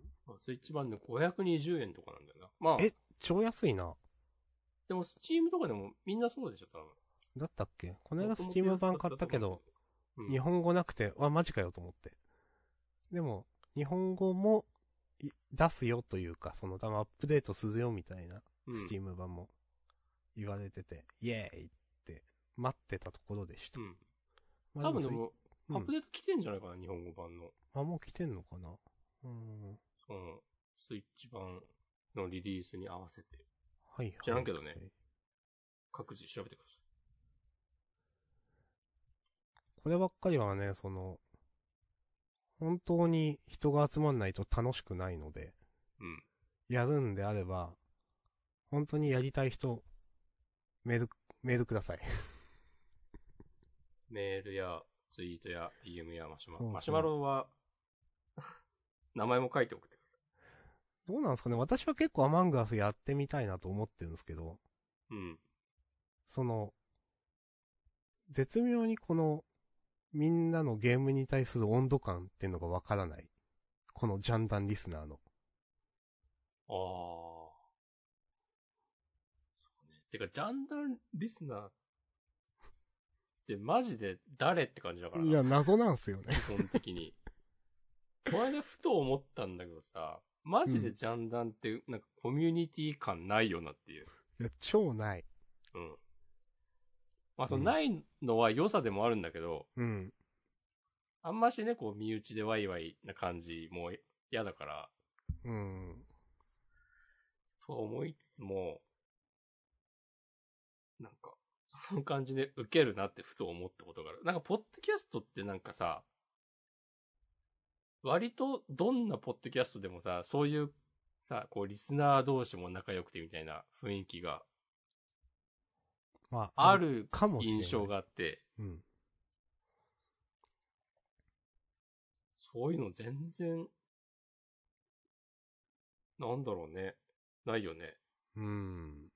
Speaker 2: スイッチ版で520円とかなんだよな。まあ、
Speaker 1: え超安いな。
Speaker 2: でもスチームとかでもみんなそうでしょ、多分。
Speaker 1: だったっけこの間スチーム版買ったけど、
Speaker 2: うん、
Speaker 1: 日本語なくて、わ、マジかよと思って。でも、日本語もい出すよというか、その多分アップデートするよみたいな、スチーム版も言われてて、イエーイって待ってたところでした。
Speaker 2: うん。
Speaker 1: まあ
Speaker 2: 多分で
Speaker 1: それ
Speaker 2: も、ア
Speaker 1: う
Speaker 2: ッ
Speaker 1: ん
Speaker 2: プデート来てんじゃないかな、日本語版の。
Speaker 1: あ、もう来てんのかなうん。
Speaker 2: その、スイッチ版のリリースに合わせて、
Speaker 1: はいはい。
Speaker 2: 知らんけどね各自調べてくださ
Speaker 1: こればっかりはね、その、本当に人が集まんないと楽しくないので、
Speaker 2: い。うん。
Speaker 1: やるんであれば、本当にやりたい人、メール、メールください。
Speaker 2: メールや、ツイートや、DM やマシュマ
Speaker 1: そう
Speaker 2: ロ。
Speaker 1: そう
Speaker 2: マシュマロは、 名前も書いて送ってくださ
Speaker 1: どうなんですかね私は結構アマングアスやってみたいなと思ってるんですけど、
Speaker 2: い。うん。
Speaker 1: その、絶妙にこの、みんなのゲームに対する温度感っていうのがわからない。このジャンダンリスナーの。
Speaker 2: ああ。そうね。てか、ジャンダンリスナーってマジで誰って感じだから
Speaker 1: い
Speaker 2: な
Speaker 1: や、。謎なんすよね。
Speaker 2: 基本的に。この間ふと思ったんだけどさ、マジでジャンダンってなんかコミュニティ感ないよなっていう。
Speaker 1: いや、超ない。
Speaker 2: うん。まあその
Speaker 1: うん
Speaker 2: ないのは良さでもあるんだけど、
Speaker 1: うん。
Speaker 2: あんましね、こう身内でワイワイな感じも嫌だから、
Speaker 1: うん。
Speaker 2: とは思いつつも、なんか、その感じで受けるなってふと思ったことがある。なんか、ポッドキャストってなんかさ、割とどんなポッドキャストでもさ、そういうさ、こう、リスナー同士も仲良くてみたいな雰囲気が
Speaker 1: まあ、
Speaker 2: ある
Speaker 1: かもしれない。
Speaker 2: 印象。があって、
Speaker 1: うん。
Speaker 2: そういうの全然、なんだろうね。ないよね。
Speaker 1: うん。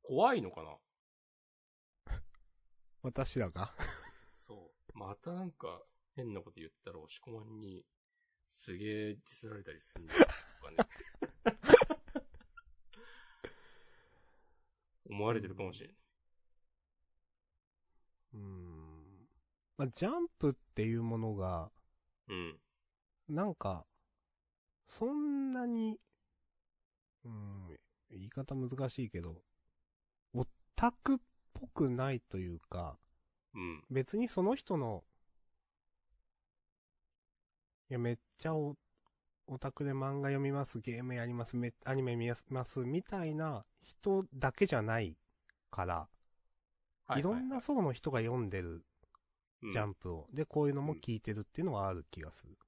Speaker 2: 怖いのかな
Speaker 1: 私らが
Speaker 2: そう。またなんか、変なこと言ったら、押し込まんに、すげえディスられたりするんだとかね。 思われてるかもしれない。
Speaker 1: うん。まあ、ジャンプっていうものが、
Speaker 2: うん。
Speaker 1: なんか、そんなに、うん、言い方難しいけど、オタクっぽくないというか、
Speaker 2: うん。
Speaker 1: 別にその人の、いや、めっちゃお、オタクで漫画読みます、ゲームやります、めアニメ見ます、みたいな人だけじゃないから、いろんな層の人が読んでるジャ
Speaker 2: ン
Speaker 1: ンプを。で、こういうのも聞いてるっていうのはある気がする。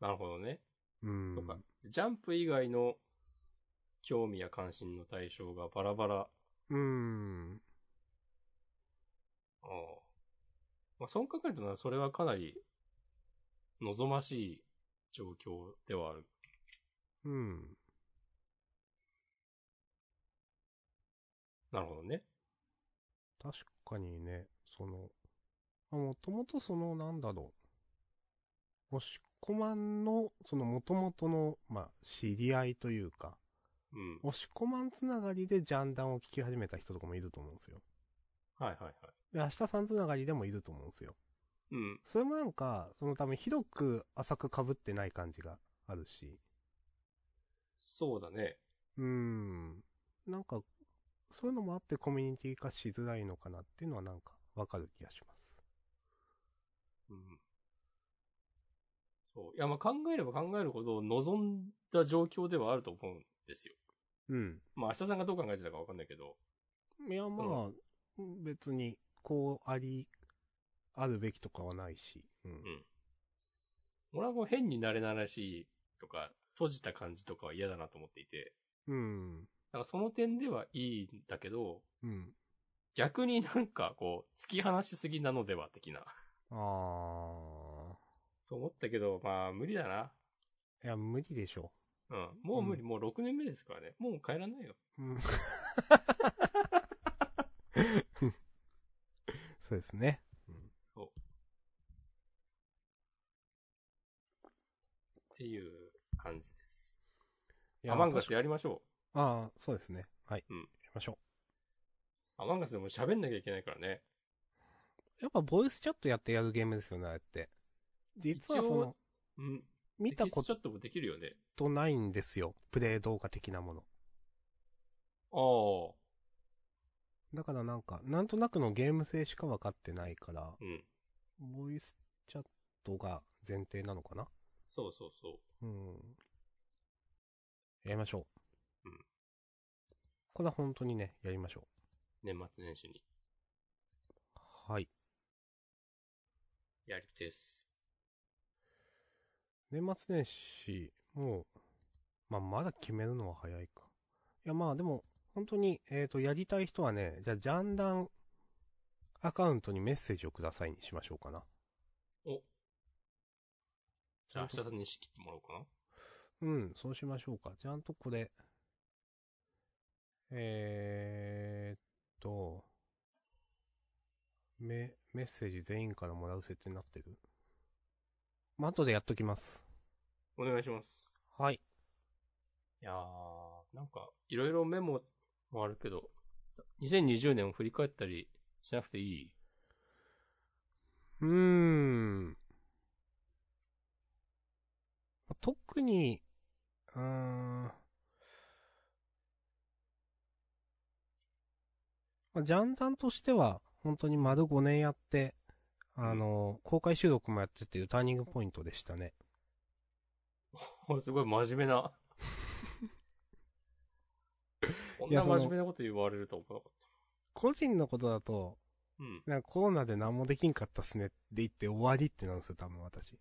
Speaker 2: なるほどね。
Speaker 1: うん。
Speaker 2: そうか。ジャンプ以外の、興味や関心の対象がバラバラ。あ
Speaker 1: うん。
Speaker 2: あ。まあ、そう考えたら、それはかなり、望ましい状況ではある。
Speaker 1: うん。
Speaker 2: なるほどね。
Speaker 1: 確かにね、その、もともとその、なんだろう、押し込まんの、そのもともとの、まあ、知り合いというか、
Speaker 2: うん。
Speaker 1: 押し込まんつながりでジャンダンを聞き始めた人とかもいると思うんですよ。
Speaker 2: はいはいはい。
Speaker 1: で、明日さんつながりでもいると思うんですよ。
Speaker 2: うん。
Speaker 1: それもなんか、その多分広く浅く被ってない感じがあるし、
Speaker 2: そうだね。
Speaker 1: うーん、なんか、そういうのもあってコミュニティ化しづらいのかなっていうのはなんかわかる気がします。
Speaker 2: うんそう。いや、まあ、考えれば考えるほど望んだ状況ではあると思うんですよ。
Speaker 1: うん。
Speaker 2: まあ、明日さんがどう考えてたかわかんないけど。
Speaker 1: いや、まあ、別に、こうあり、あるべきとかはないし。うん。
Speaker 2: 俺はもう変になれならしいとか、閉じた感じとかは嫌だなと思っていて。
Speaker 1: うん。
Speaker 2: だからその点ではいいんだけど、
Speaker 1: うん。
Speaker 2: 逆になんかこう、突き放しすぎなのでは的な。
Speaker 1: あ
Speaker 2: と思ったけど、まあ、無理だな。
Speaker 1: いや、無理でしょ
Speaker 2: うん。もう無理、もう6年目ですからね。もう帰らないよ。
Speaker 1: う。 うん。そうですね。
Speaker 2: そう。っていう感じです。
Speaker 1: い
Speaker 2: アマンガ
Speaker 1: 確
Speaker 2: ス
Speaker 1: か
Speaker 2: やりましょ
Speaker 1: ああ、そうですね。はい。
Speaker 2: うん
Speaker 1: やりましょ
Speaker 2: う。アマンガスでも喋んなきゃいけないからね。
Speaker 1: う。やっぱボイスチャットやってやるゲームですよね、あれって。実は
Speaker 2: 一応
Speaker 1: その、
Speaker 2: うん。
Speaker 1: 見たこと
Speaker 2: テキストチャットもできるよね。
Speaker 1: とないんですよ。プレイ動画的なもの。
Speaker 2: ああ。
Speaker 1: だからなんか、なんとなくのゲーム性しか分かってないから、
Speaker 2: うん。
Speaker 1: ボイスチャットが前提なのかな
Speaker 2: そうそうそう。
Speaker 1: うん。やりましょう。
Speaker 2: うん
Speaker 1: これは本当にね、やりましょ
Speaker 2: 年末年始に
Speaker 1: う。はい。
Speaker 2: やりです。
Speaker 1: 年末年始、もう、まあ、まだ決めるのは早いか。いや、まあでも、本当に、えっ、と、やりたい人はね、じゃあ、ジャンダンアカウントにメッセージをくださいにしましょうかな。
Speaker 2: お。じゃあ明日さんに仕切ってもらおうかな。
Speaker 1: うん、そうしましょうか。ちゃんとこれ、えーっと、メ、メッセージ全員からもらう設定になってる。まあ、後でやっときます。
Speaker 2: お願いします。
Speaker 1: はい。
Speaker 2: いやー、なんか、いろいろメモもあるけど、2020年を振り返ったりしなくていいう
Speaker 1: ーん。特に、うーん。まあジャンダンとしては、本当に丸5年やって、あの、公開収録もやってっていうターニングポイントでしたね。
Speaker 2: あすごい真 面目な。こん
Speaker 1: いや
Speaker 2: な
Speaker 1: その
Speaker 2: 真面目なこと言われると思わなかっ
Speaker 1: 個人のことだと、
Speaker 2: た。うん。
Speaker 1: なんかコロナで何もできんかったっすねって言って終わりってなんですよ、多分私。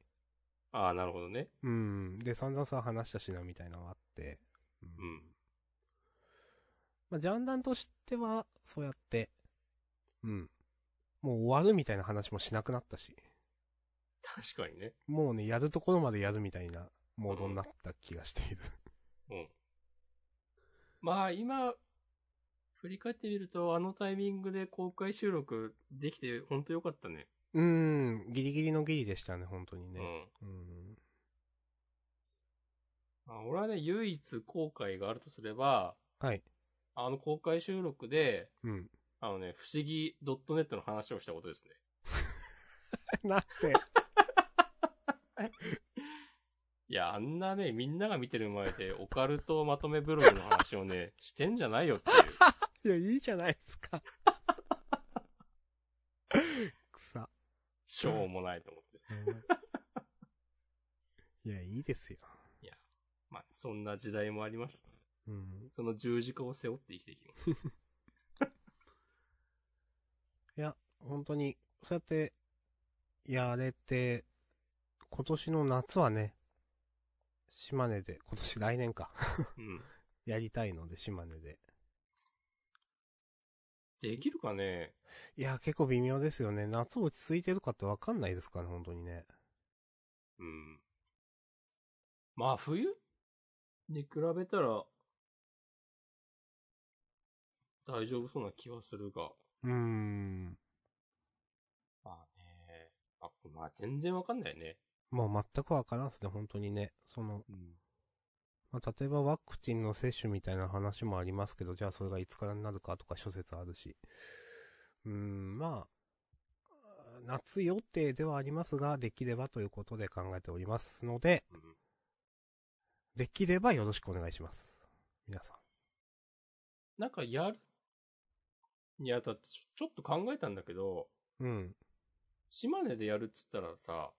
Speaker 2: ああ、なるほどね。
Speaker 1: うん。で、散々さ、話したしな、みたいなのがあって。うん
Speaker 2: うん。
Speaker 1: まあ、ジャンダンとしては、そうやって、うん。もう終わるみたいな話もしなくなったし、
Speaker 2: 確かにね。
Speaker 1: もうね、やるところまでやるみたいなモードになった気がしている。
Speaker 2: うん。まあ、今、振り返ってみると、あのタイミングで公開収録できて、ほんとよかったね。
Speaker 1: うーん、ギリギリのギリでしたね、本当にね。うん。
Speaker 2: うん。あ俺はね、唯一後悔があるとすれば、
Speaker 1: はい。
Speaker 2: あの公開収録で、
Speaker 1: うん。
Speaker 2: あのね、不思議 .net の話をしたことですね。
Speaker 1: なって、
Speaker 2: いや、あんなね、みんなが見てる前で、オカルトまとめブログの話をね、してんじゃないよっていう。
Speaker 1: いや、いいじゃないです か。くさ。
Speaker 2: しょうもないと思っ
Speaker 1: い
Speaker 2: て。
Speaker 1: や、いいですよ。
Speaker 2: まあ、そんな時代もありました。
Speaker 1: うん。
Speaker 2: その十字架を背負って生きていきます。
Speaker 1: いや、本当に、そうやって、やれて、今年の夏はね、島根で、今年来年か、
Speaker 2: うん。
Speaker 1: やりたいので、島根で。
Speaker 2: できるかね
Speaker 1: いや、結構微妙ですよね。夏落ち着いてるかってわかんないですからね、本当にね。
Speaker 2: うん。まあ、冬に比べたら、大丈夫そうな気はするが。
Speaker 1: うーん。
Speaker 2: まあね。あまあ、全然わかんないね。
Speaker 1: もう全くわからんすね、本当にね。その、
Speaker 2: うん。
Speaker 1: まあ、例えばワクチンの接種みたいな話もありますけど、じゃあそれがいつからになるかとか諸説あるし。うーん、まあ、夏予定ではありますが、できればということで考えておりますので、
Speaker 2: うん
Speaker 1: できればよろしくお願いします。皆さん。
Speaker 2: なんか、やるにあたってちょ、ちょっと考えたんだけど、
Speaker 1: うん、
Speaker 2: 島根でやるっつったらさ、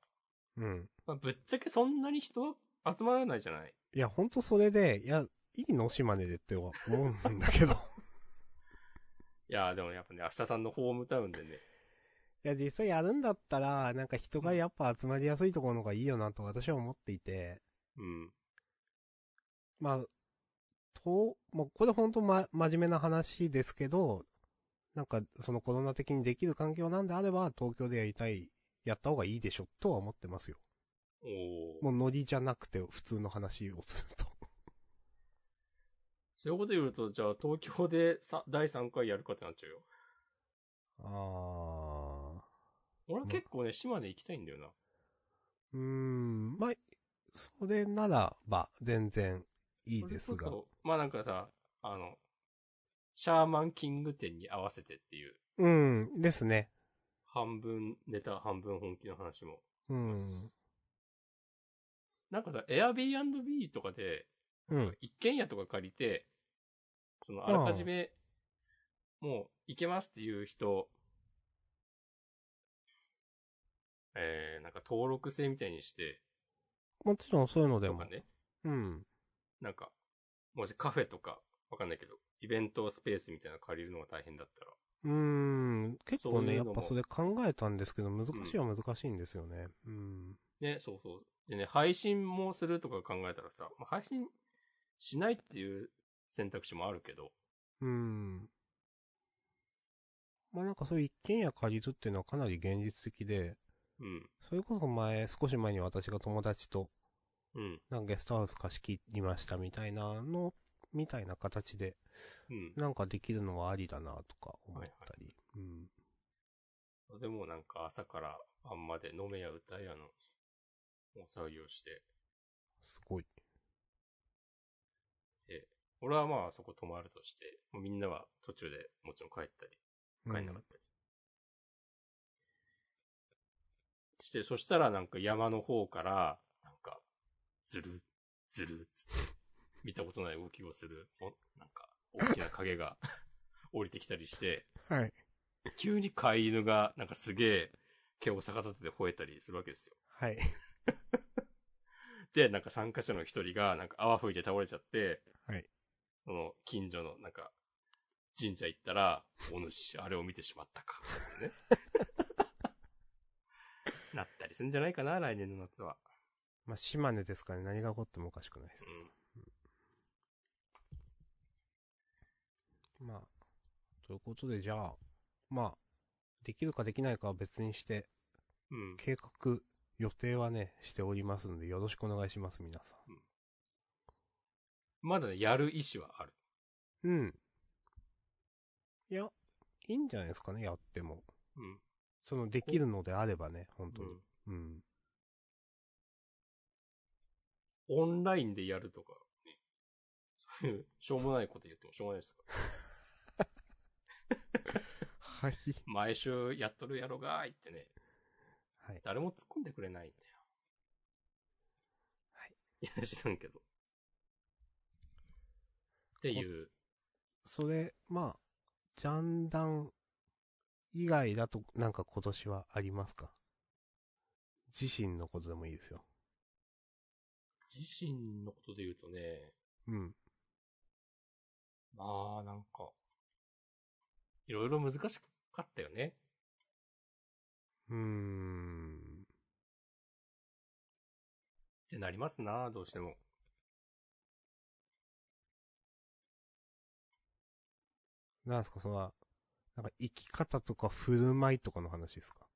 Speaker 1: うん。
Speaker 2: まあ、ぶっちゃけそんなに人は集まらないじゃない
Speaker 1: いや、ほんとそれで、いや、いいの島根でって思うんだけど。
Speaker 2: いやーでもやっぱね、明日さんのホームタウンでね。
Speaker 1: いや、実際やるんだったら、なんか人がやっぱ集まりやすいところの方がいいよなと私は思っていて。
Speaker 2: うん。
Speaker 1: まあ、と、まあ、これ本当ま、真面目な話ですけど、なんか、そのコロナ的にできる環境なんであれば、東京でやりたい、やった方がいいでしょ、とは思ってますよ。
Speaker 2: お
Speaker 1: も
Speaker 2: お。
Speaker 1: うノリじゃなくて普通の話をする と。
Speaker 2: そういうこと言うと、じゃあ東京でさ第3回やるかってなっちゃうよ。
Speaker 1: あ
Speaker 2: 俺は結構ね、島根行きたいんだよな。
Speaker 1: ー。うーん、まあ、それならば全然いいです
Speaker 2: そ
Speaker 1: が
Speaker 2: れ。こそまあなんかさ、あの、シャーマンキング展に合わせてっていう、
Speaker 1: うん、ですね。
Speaker 2: 半分ネタ、半分本気の話も。
Speaker 1: うん。
Speaker 2: なんかさ、エアビービーとかで、
Speaker 1: うん。
Speaker 2: 一軒家とか借りて、その、あらかじめ、もう行けますっていう人、えー、なんか登録制みたいにして、
Speaker 1: もちろんそういうので
Speaker 2: と
Speaker 1: も。
Speaker 2: かね、
Speaker 1: うん。
Speaker 2: なんか、もしカフェとか、わかんないけど、イベントスペースみたいなの借りるのが大変だったら、
Speaker 1: うーん。結構
Speaker 2: そう
Speaker 1: ね、
Speaker 2: いう
Speaker 1: や
Speaker 2: の
Speaker 1: っ
Speaker 2: も
Speaker 1: ぱそれ考えたんですけど、難しいは難しいんですよね。うん。
Speaker 2: ね、そうそう。でね、配信もするとか考えたらさ、まあ、配信しないっていう選択肢もあるけど、
Speaker 1: うん。まあなんかそういう一軒家借りるっていうのはかなり現実的で、
Speaker 2: うん、
Speaker 1: それこそ前、少し前に私が友達と、
Speaker 2: うん、
Speaker 1: なんかゲストハウス貸し切りましたみたいなの、みたいな形で、
Speaker 2: うん。
Speaker 1: なんかできるのはありだなとか思ったり。うん。
Speaker 2: でもなんか朝から晩まで飲めや歌えやの、お騒ぎをして、
Speaker 1: すごい。
Speaker 2: で、俺はまあそこ泊まるとして、もうみんなは途中でもちろん帰ったり、
Speaker 1: うん
Speaker 2: 帰んなかったり。して、そしたらなんか山の方から、なんか、ずる、ずるっつって、見たことない動きをする、おなんか、大きな影が 降りてきたりして、
Speaker 1: はい。
Speaker 2: 急に飼い犬が、なんかすげえ、毛を逆立てて吠えたりするわけですよ。
Speaker 1: はい。
Speaker 2: で、なんか参加者の一人が、なんか泡吹いて倒れちゃって、
Speaker 1: はい。
Speaker 2: その、近所の、なんか、神社行ったら、お主、あれを見てしまったか。ってね。なったりするんじゃないかな、来年の夏は。
Speaker 1: まあ、島根ですからね、何が起こってもおかしくないです。まあ、ということで、じゃあ、まあ、できるかできないかは別にして、
Speaker 2: うん。うん。
Speaker 1: 計画、予定はね、しておりますので、よろしくお願いします、皆さ
Speaker 2: まだね、やる意思はある。
Speaker 1: ん。うん。いや、いいんじゃないですかね、やっても。
Speaker 2: うん。
Speaker 1: その、できるのであればね、本当
Speaker 2: う
Speaker 1: に。う
Speaker 2: ん
Speaker 1: ん。
Speaker 2: オンラインでやるとか、ね。そういう、しょうもないこと言ってもしょうがないですから。
Speaker 1: はい。
Speaker 2: 毎週やっとるやろがーいってね、
Speaker 1: はい。
Speaker 2: 誰も突っ込んでくれないんだよ。
Speaker 1: はい。
Speaker 2: いや、知らんけど。っていう、
Speaker 1: それ、まあ、ジャンダン以外だと、なんか今年はありますか自身のことでもいいですよ。
Speaker 2: 自身のことで言うとね、
Speaker 1: うん。
Speaker 2: まあ、なんか、いろいろ難しかったよね。
Speaker 1: うーん。
Speaker 2: ってなりますな、どうしても。
Speaker 1: なんすか、その、なんか生き方とか振る舞いとかの話ですか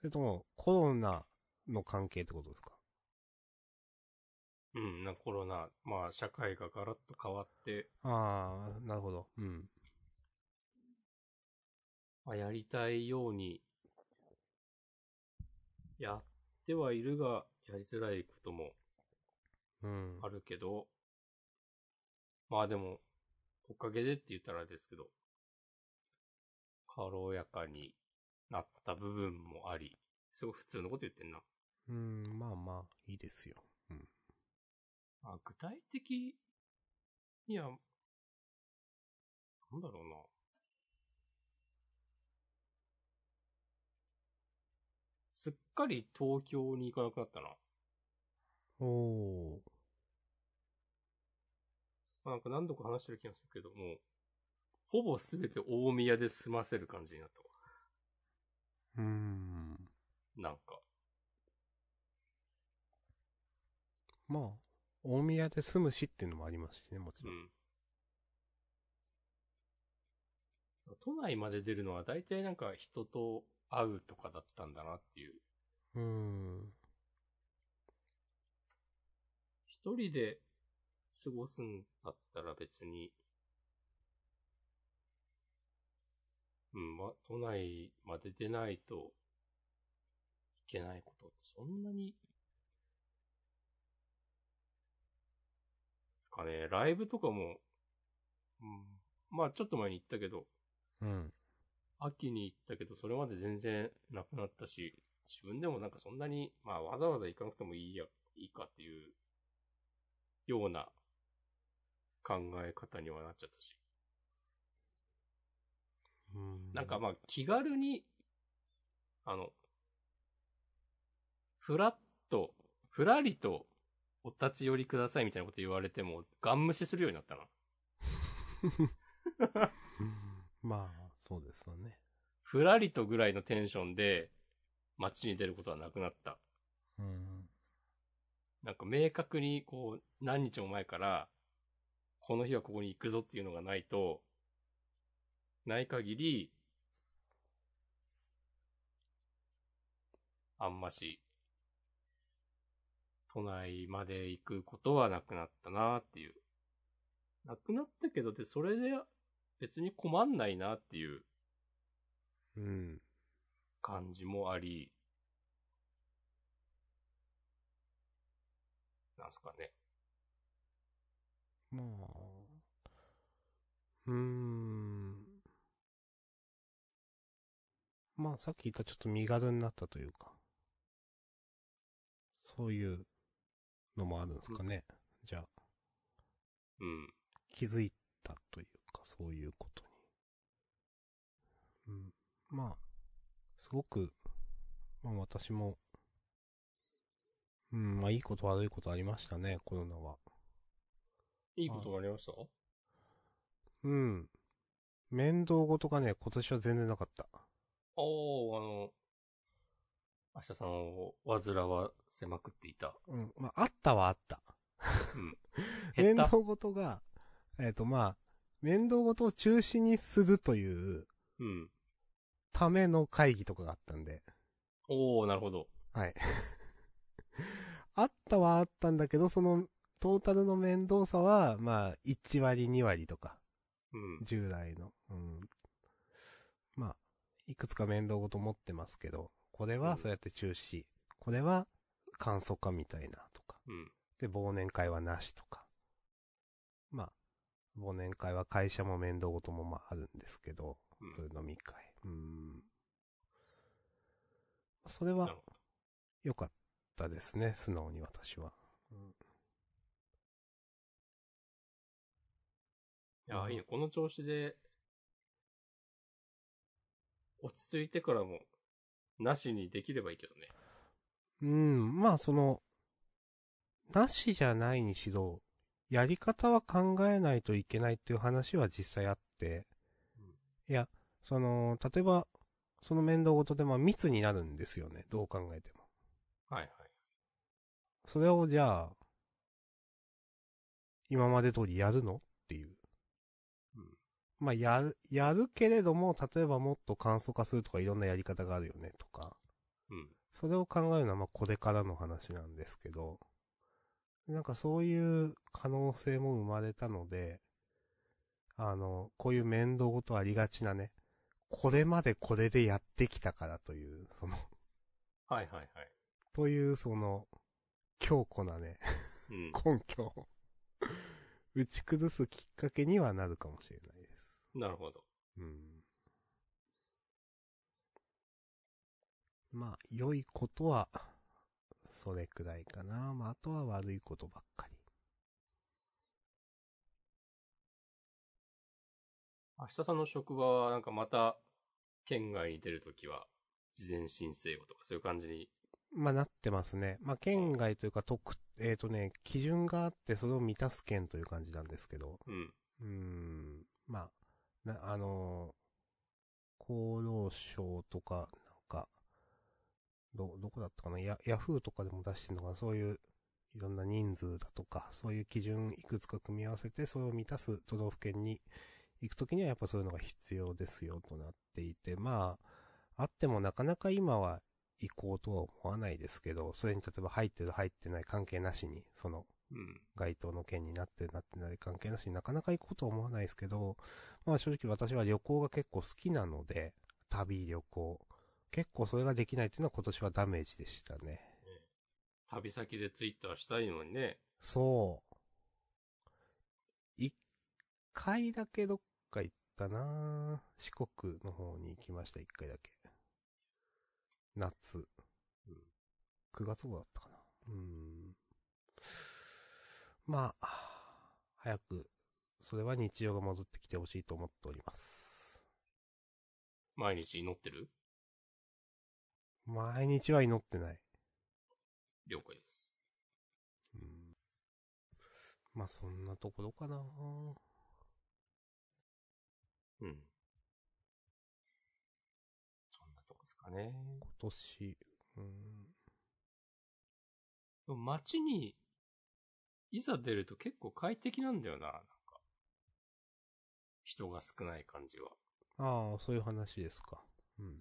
Speaker 1: それとも、コロナの関係ってことですか
Speaker 2: うん、なコロナ、まあ、社会がガラッと変わって、
Speaker 1: ああ、なるほど。うん。
Speaker 2: まあ、やりたいように、やってはいるが、やりづらいことも
Speaker 1: うん
Speaker 2: あ。るけど、まあでも、おかげでって言ったらあれですけど、軽やかになった部分もあり、すごい普通のこと言ってんな。
Speaker 1: うん、まあまあ、いいですよ。
Speaker 2: まあ、具体的には、なんだろうな。すっかり東京に行かなくなったな。
Speaker 1: おー。
Speaker 2: まあなんか何度か話してる気がするけど、もう、ほぼすべて大宮で済ませる感じになったわ。
Speaker 1: うーん。
Speaker 2: なんか。
Speaker 1: まあ、大宮で住むしっていうのもありますしね、もち
Speaker 2: う
Speaker 1: ろん。
Speaker 2: ん。都内まで出るのは大体なんか人と会うとかだったんだなっていう。
Speaker 1: うーん。
Speaker 2: 一人で過ごすんだったら別に、うん、ま、都内まで出ないといけないことってそんなに、ですかね、ライブとかも、うん、まあちょっと前に行ったけど、
Speaker 1: うん。
Speaker 2: 秋に行ったけど、それまで全然なくなったし、自分でもなんかそんなに、まあわざわざ行かなくてもいいや、いいかっていう、ような考え方にはなっちゃったし。
Speaker 1: うん
Speaker 2: なんかまあ気軽に、あの、ふらっと、ふらりとお立ち寄りくださいみたいなこと言われても、ガン無視するようになったな。
Speaker 1: まあ、そうですよね。
Speaker 2: ふらりとぐらいのテンションで街に出ることはなくなった。
Speaker 1: うん。
Speaker 2: なんか明確にこう何日も前から、この日はここに行くぞっていうのがないと、ない限り、あんまし、都内まで行くことはなくなったなっていう。なくなったけど、で、それで別に困んないなっていう
Speaker 1: うん。
Speaker 2: 感じもあり、なんすかね。
Speaker 1: まあ、うーん。まあ、さっき言ったちょっと身軽になったというか、そういうのもあるんですかね。じゃあ、
Speaker 2: うん。
Speaker 1: 気づいたというか、そういうことに。うん。まあ、すごく、まあ私も、うん、まあいいこと悪いことありましたね、コロナは。
Speaker 2: いいことがありました
Speaker 1: うん。面倒ごとがね、今年は全然なかった。
Speaker 2: おー、あの、明日さんを煩わせまくっていた。
Speaker 1: うん。まあ、あったはあった。
Speaker 2: 減っ
Speaker 1: 面
Speaker 2: た。
Speaker 1: 倒ごとが、えっ、と、まあ、面倒ごとを中止にするという
Speaker 2: うん。
Speaker 1: ための会議とかがあったんで、
Speaker 2: おー、なるほど。
Speaker 1: はい。あったはあったんだけど、その、トータルの面倒さは、まあ、1割、2割とか、
Speaker 2: うん。
Speaker 1: 従来の。うん。まあ、いくつか面倒ごと持ってますけど、これはそうやって中止、これは簡素化みたいなとか。
Speaker 2: うん。
Speaker 1: で、忘年会はなしとか。まあ、忘年会は会社も面倒ごともまああるんですけど、
Speaker 2: うん
Speaker 1: そういう飲み会。うん。それ
Speaker 2: な
Speaker 1: は
Speaker 2: るほ
Speaker 1: 良かったですね、素直に私は。
Speaker 2: いやー、いいね。この調子で、落ち着いてからも、なしにできればいいけどね。
Speaker 1: うん、まあその、なしじゃないにしろ、やり方は考えないといけないっていう話は実際あって、いや、その、例えば、その面倒ごとでまあ密になるんですよね、どう考えても。
Speaker 2: はいはい。
Speaker 1: それをじゃあ、今まで通りやるのっていう
Speaker 2: うん。
Speaker 1: まあ、やる、やるけれども、例えばもっと簡素化するとかいろんなやり方があるよねとか、
Speaker 2: うん。
Speaker 1: それを考えるのはまあこれからの話なんですけど、なんかそういう可能性も生まれたので、あの、こういう面倒ごとありがちなね、これまでこれでやってきたからという、その、
Speaker 2: はいはいはい。
Speaker 1: というその、強固なね、
Speaker 2: うん。
Speaker 1: 根拠を打ち崩すきっかけにはなるかもしれないです。
Speaker 2: なるほど。
Speaker 1: うん。まあ、良いことは、それくらいかな。まあ、あとは悪いことばっかり。
Speaker 2: 明日さんの職場は、なんかまた、県外に出るときは、事前申請をとか、そういう感じに。
Speaker 1: まあ、なってますね。まあ、県外というか、特、えっ、とね、基準があって、それを満たす県という感じなんですけど、
Speaker 2: うん。
Speaker 1: うーん、まあ、な、あのー、厚労省とか、なんか、ど、どこだったかな、ヤヤフーとかでも出してるのかな、そういう、いろんな人数だとか、そういう基準いくつか組み合わせて、それを満たす都道府県に行くときには、やっぱそういうのが必要ですよ、となっていて、まあ、あってもなかなか今は行こうとは思わないですけど、それに例えば入ってる入ってない関係なしに、その、
Speaker 2: うん。
Speaker 1: 該当の件になってるなってない関係なしになかなか行くことは思わないですけど、まあ正直私は旅行が結構好きなので、旅、旅行。結構それができないっていうのは今年はダメージでしたね。
Speaker 2: 旅先でツイッターしたいのにね。
Speaker 1: そう。一回だけどっか行ったな四国の方に行きました、一回だけ。夏。
Speaker 2: うん
Speaker 1: 9月号だったかな。うん。まあ、早く、それは日常が戻ってきてほしいと思っております。
Speaker 2: 毎日祈ってる
Speaker 1: 毎日は祈ってない。
Speaker 2: 了解です。
Speaker 1: うん、まあそんなところかな
Speaker 2: うん。そんなとこですかね。
Speaker 1: 今年。うん
Speaker 2: でも街に、いざ出ると結構快適なんだよな、なんか。人が少ない感じは。
Speaker 1: ああ、そういう話ですか。うん。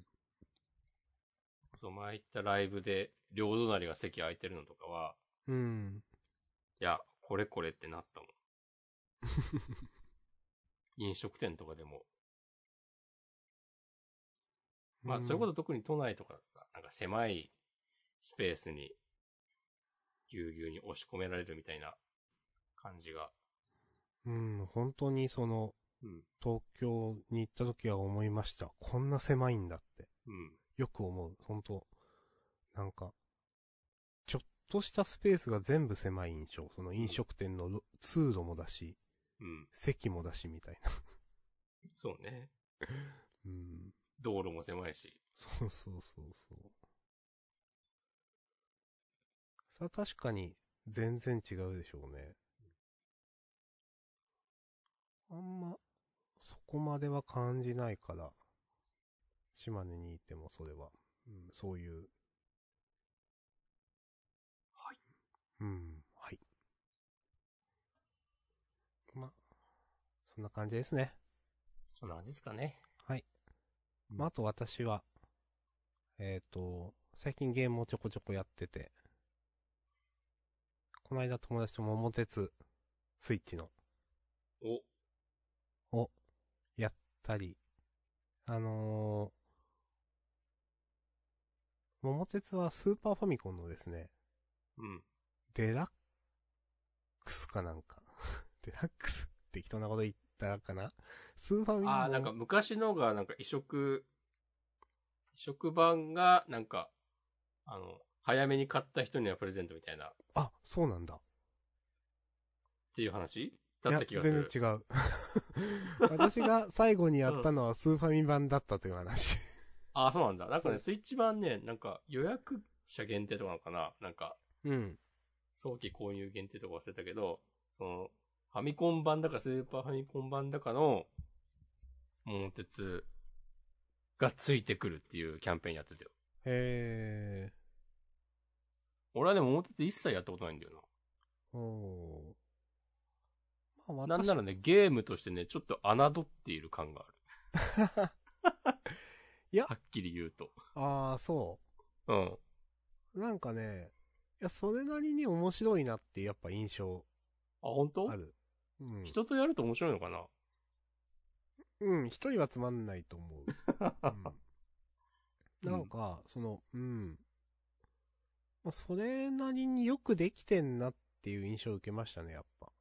Speaker 2: そう、前行ったライブで、両隣が席空いてるのとかは、
Speaker 1: うん。
Speaker 2: いや、これこれってなったもん。飲食店とかでも。まあ、そういうことと特に都内とかだとさ、なんか狭いスペースに、ぎゅうぎゅうに押し込められるみたいな感じが。
Speaker 1: うん、本当にその、
Speaker 2: うん。
Speaker 1: 東京に行った時は思いました。こんな狭いんだって。
Speaker 2: うん。
Speaker 1: よく思う。本当なんか、ちょっとしたスペースが全部狭い印象。その飲食店のろ通路もだし、
Speaker 2: うん。
Speaker 1: 席もだしみたいな。
Speaker 2: そうね。
Speaker 1: うん。
Speaker 2: 道路も狭いし。
Speaker 1: そうそうそうそう。さあ確かに全然違うでしょうね。あんま、そこまでは感じないから、島根にいてもそれは、うん、そういう。
Speaker 2: はい。
Speaker 1: うん、はい。ま、そんな感じですね。
Speaker 2: そんな感じですかね。うん
Speaker 1: まあ、あと私は、えっ、と、最近ゲームをちょこちょこやってて、この間友達と桃鉄、スイッチの、
Speaker 2: お、
Speaker 1: やったり、あのー、桃鉄はスーパーファミコンのですね、
Speaker 2: うん。
Speaker 1: デラックスかなんか、 デラックス適当なこと言ったかなスーパーファミコンの
Speaker 2: ああ、なんか昔のが、なんか移植、移植版が、なんか、あの、早めに買った人にはプレゼントみたいな、っ
Speaker 1: あ、そうなんだ。
Speaker 2: ていう話
Speaker 1: い
Speaker 2: だ
Speaker 1: や
Speaker 2: った気がする。
Speaker 1: 全然違 う。私が最後にやったのはスーファミ版だったという話。
Speaker 2: ああ、そうなんだ。なんか
Speaker 1: そ
Speaker 2: ね、
Speaker 1: う
Speaker 2: スイッチ版ね、なんか予約者限定とかなのかななんか、
Speaker 1: うん。
Speaker 2: 早期購入限定とか忘れたけど、その、ファミコン版だかスーパーファミコン版だかの、桃鉄がついてくるっていうキャンペーンやってたよ。
Speaker 1: へ
Speaker 2: 俺はでも桃鉄一切やったことないんだよな。
Speaker 1: ー。おー。まあ
Speaker 2: なん
Speaker 1: 私
Speaker 2: ならね、ゲームとしてね、ちょっと侮っている感がある。
Speaker 1: いや
Speaker 2: はっきり言うと。
Speaker 1: ああ、そ
Speaker 2: うん。
Speaker 1: う。なんかね、いや、それなりに面白いなっていうやっぱ印象
Speaker 2: あ、本当
Speaker 1: あ？る。うん。
Speaker 2: 人とやると面白いのかな
Speaker 1: うん、一人はつまんないと思う。 うん、なんか、その、うん。まあ、それなりによくできてんなっていう印象を受けましたね、やっぱ。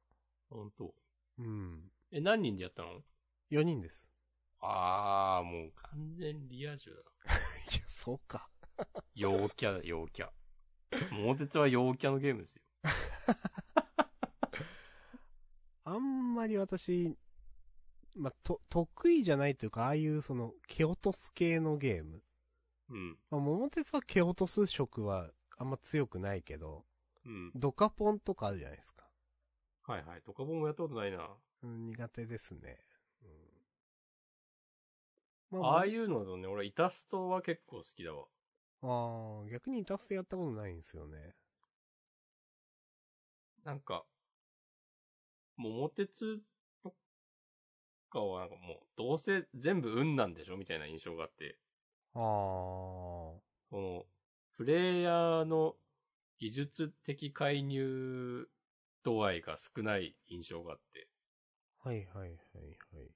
Speaker 2: 本当。
Speaker 1: うん。
Speaker 2: え、何人でやったの
Speaker 1: 4人です。
Speaker 2: あー、もう完全リア充だ
Speaker 1: い
Speaker 2: な。
Speaker 1: や、そうか。
Speaker 2: 陽キャだ、陽キャ。桃鉄は陽キャのゲームですよ。
Speaker 1: あんまり私、まあ、と、得意じゃないというか、ああいうその、蹴落とす系のゲーム。
Speaker 2: うん。
Speaker 1: まあ、桃鉄は蹴落とす色はあんま強くないけど、
Speaker 2: うん。
Speaker 1: ドカポンとかあるじゃないですか。
Speaker 2: はいはい。ドカボンもやったことないな。
Speaker 1: うん、苦手ですね。うん。
Speaker 2: ああ
Speaker 1: う。
Speaker 2: いうのだとね、俺、イタストは結構好きだわ。
Speaker 1: ああ、逆にイタストやったことないんですよね。
Speaker 2: なんか、桃鉄とかはなんかもう、どうせ全部運なんでしょみたいな印象があって、
Speaker 1: ああ、
Speaker 2: その、プレイヤーの技術的介入度合いが少ない印象があって。
Speaker 1: はいはいはいはい。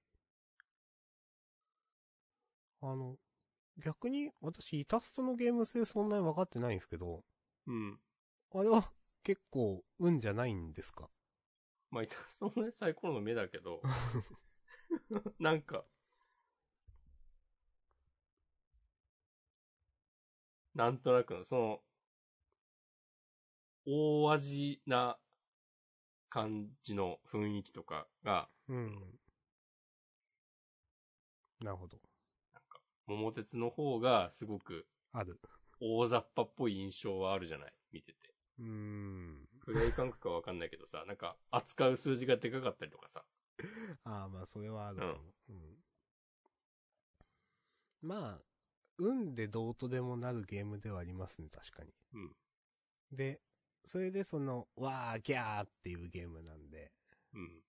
Speaker 1: あの、逆に私イタストのゲーム性そんなに分かってないんですけど、
Speaker 2: うん。
Speaker 1: あれは 結構運じゃないんですか
Speaker 2: まあ、いた そのね、サイコロの目だけど、なんか、なんとなくの、その、大味な感じの雰囲気とかが、
Speaker 1: うん。なるほど。
Speaker 2: 桃鉄の方がすごく
Speaker 1: ある。
Speaker 2: 大雑把っぽい印象はあるじゃない見てて。
Speaker 1: うーん。
Speaker 2: プレイ感覚はわかんないけどさ、なんか扱う数字がでかかったりとかさ。
Speaker 1: ああ、まあ、それはあるかも。うん。まあ、運でどうとでもなるゲームではありますね、確かに。
Speaker 2: うん
Speaker 1: で、それでその、わー、ギャーっていうゲームなんで。
Speaker 2: うん。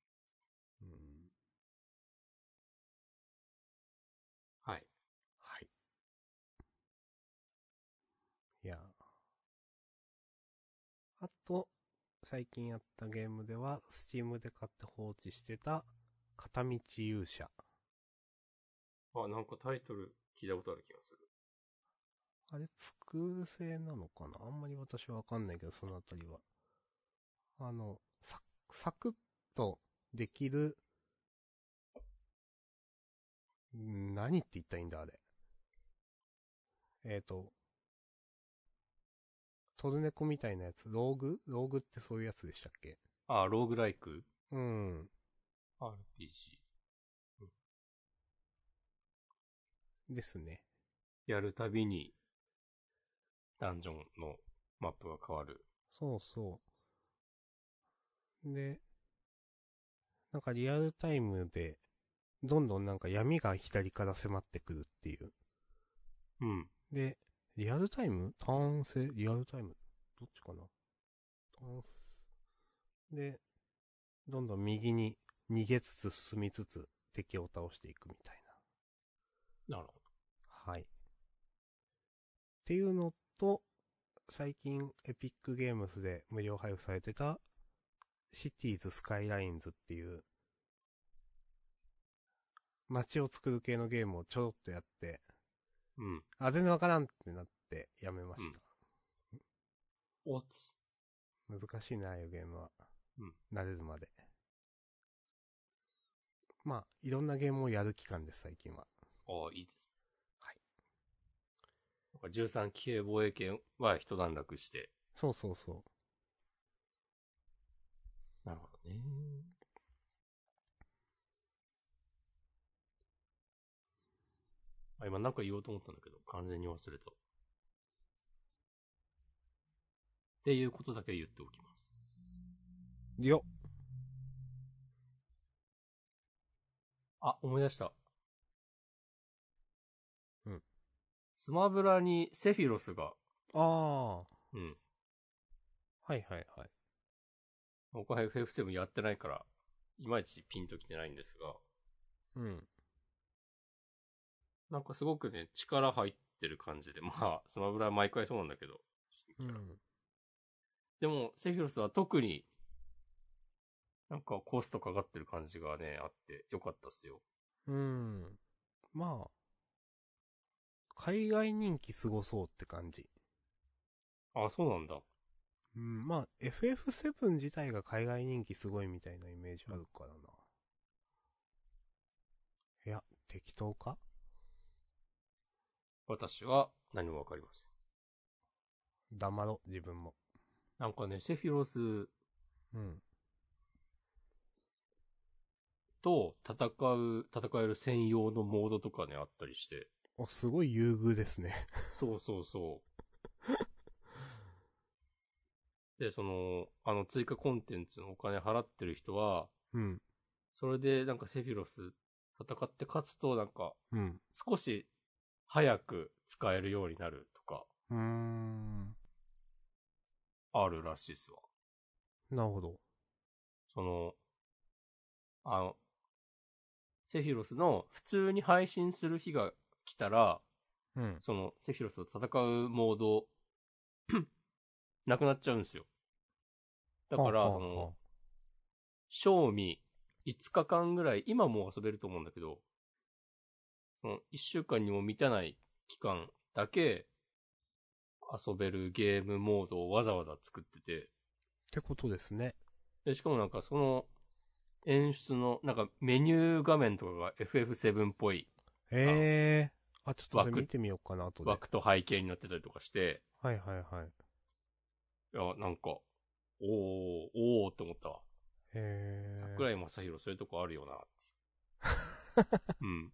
Speaker 1: うん。
Speaker 2: はい。
Speaker 1: はい。いや。あと、最近やったゲームでは、スチームで買って放置してた、片道勇者。
Speaker 2: あ、なんかタイトル聞いたことある気がする。
Speaker 1: あれ、ツクール製なのかなあんまり私はわかんないけど、そのあたりは。あの、サク、サクッとできる、ん何って言ったらいいんだ、あれ。えっ、と、トルネコみたいなやつ、ローグローグってそういうやつでしたっけ
Speaker 2: あ、ローグライク
Speaker 1: うん。
Speaker 2: ?RPG。
Speaker 1: ですね。
Speaker 2: やるたびに、ダンジョンのマップが変わる。
Speaker 1: そうそう。で、なんかリアルタイムで、どんどんなんか闇が左から迫ってくるっていう。
Speaker 2: うん。
Speaker 1: で、リアルタイムターン制リアルタイムどっちかなターンスで、どんどん右に逃げつつ進みつつ敵を倒していくみたいな。
Speaker 2: なるほ
Speaker 1: はい。っていうのと、最近エピックゲームスで無料配布されてた、シティーズスカイラインズっていう、街を作る系のゲームをちょろっとやって、
Speaker 2: ど。うん。
Speaker 1: あ、全然わからんってなってやめまし
Speaker 2: おつ。
Speaker 1: た。難しいな、ああいうゲームは。
Speaker 2: うん
Speaker 1: 慣れるまで。まあ、いろんなゲームをやる期間です、最近は。
Speaker 2: ああ、いいですね。
Speaker 1: はい。
Speaker 2: なんか13騎兵防衛圏は一段落して。
Speaker 1: そうそうそう。
Speaker 2: なるほどね。あ、今なんか言おうと思ったんだけど、完全に忘れた。っていうことだけ言っておきます。
Speaker 1: よ
Speaker 2: あ、思い出した。
Speaker 1: うん。
Speaker 2: スマブラにセフィロスが、
Speaker 1: あ
Speaker 2: うん。
Speaker 1: あ。はいはいはい。
Speaker 2: 僕は FF7 やってないから、いまいちピンときてないんです
Speaker 1: う
Speaker 2: が、
Speaker 1: ん。
Speaker 2: なんかすごくね、力入ってる感じで、 まあ、スマブラは毎回そうなんだけど、
Speaker 1: うん。
Speaker 2: でも、セフィロスは特に、なんかコストかかってる感じがね、あって、よかったっすよ。
Speaker 1: うん。まあ、海外人気すごそうって感じ。
Speaker 2: あ、そうなんだ。
Speaker 1: うん、まあ、FF7 自体が海外人気すごいみたいなイメージあるからな。いや、適当か
Speaker 2: 私は何もわかりません。
Speaker 1: 黙ろ、自分も。
Speaker 2: なんかね、セフィロス
Speaker 1: うん。
Speaker 2: と戦う、戦える専用のモードとかね、あったりして。
Speaker 1: お、すごい優遇ですね。
Speaker 2: そうそうそう。で、その、あの追加コンテンツのお金払ってる人は、
Speaker 1: うん。
Speaker 2: それでなんかセフィロス戦って勝つとなんか
Speaker 1: うん。
Speaker 2: 少し早く使えるようになるとか
Speaker 1: うーん。
Speaker 2: あるらしいっすわ。
Speaker 1: なるほど。
Speaker 2: その、あの、セフィロスの普通に配信する日が来たら、
Speaker 1: うん。
Speaker 2: そのセフィロスと戦うモード、なくなっちゃうんですよ。だから、
Speaker 1: はあ
Speaker 2: そ
Speaker 1: はあはあ、
Speaker 2: の賞味5日間ぐらい、今もう遊べると思うんだけど、その1週間にも満たない期間だけ遊べるゲームモードをわざわざ作ってて、
Speaker 1: てことですね。
Speaker 2: で、しかもなんかその演出の、なんかメニュー画面とかが FF7 っぽい
Speaker 1: ええー。あ、ちょっとそれ
Speaker 2: 枠
Speaker 1: 見てみようかな、後で。はい
Speaker 2: 枠と背景になってたりとかして、
Speaker 1: はいはい。
Speaker 2: いや、なんか、おー、おーって思ったわ。
Speaker 1: ええー。
Speaker 2: 桜井正宏そういうとこあるよな、って いう。うん。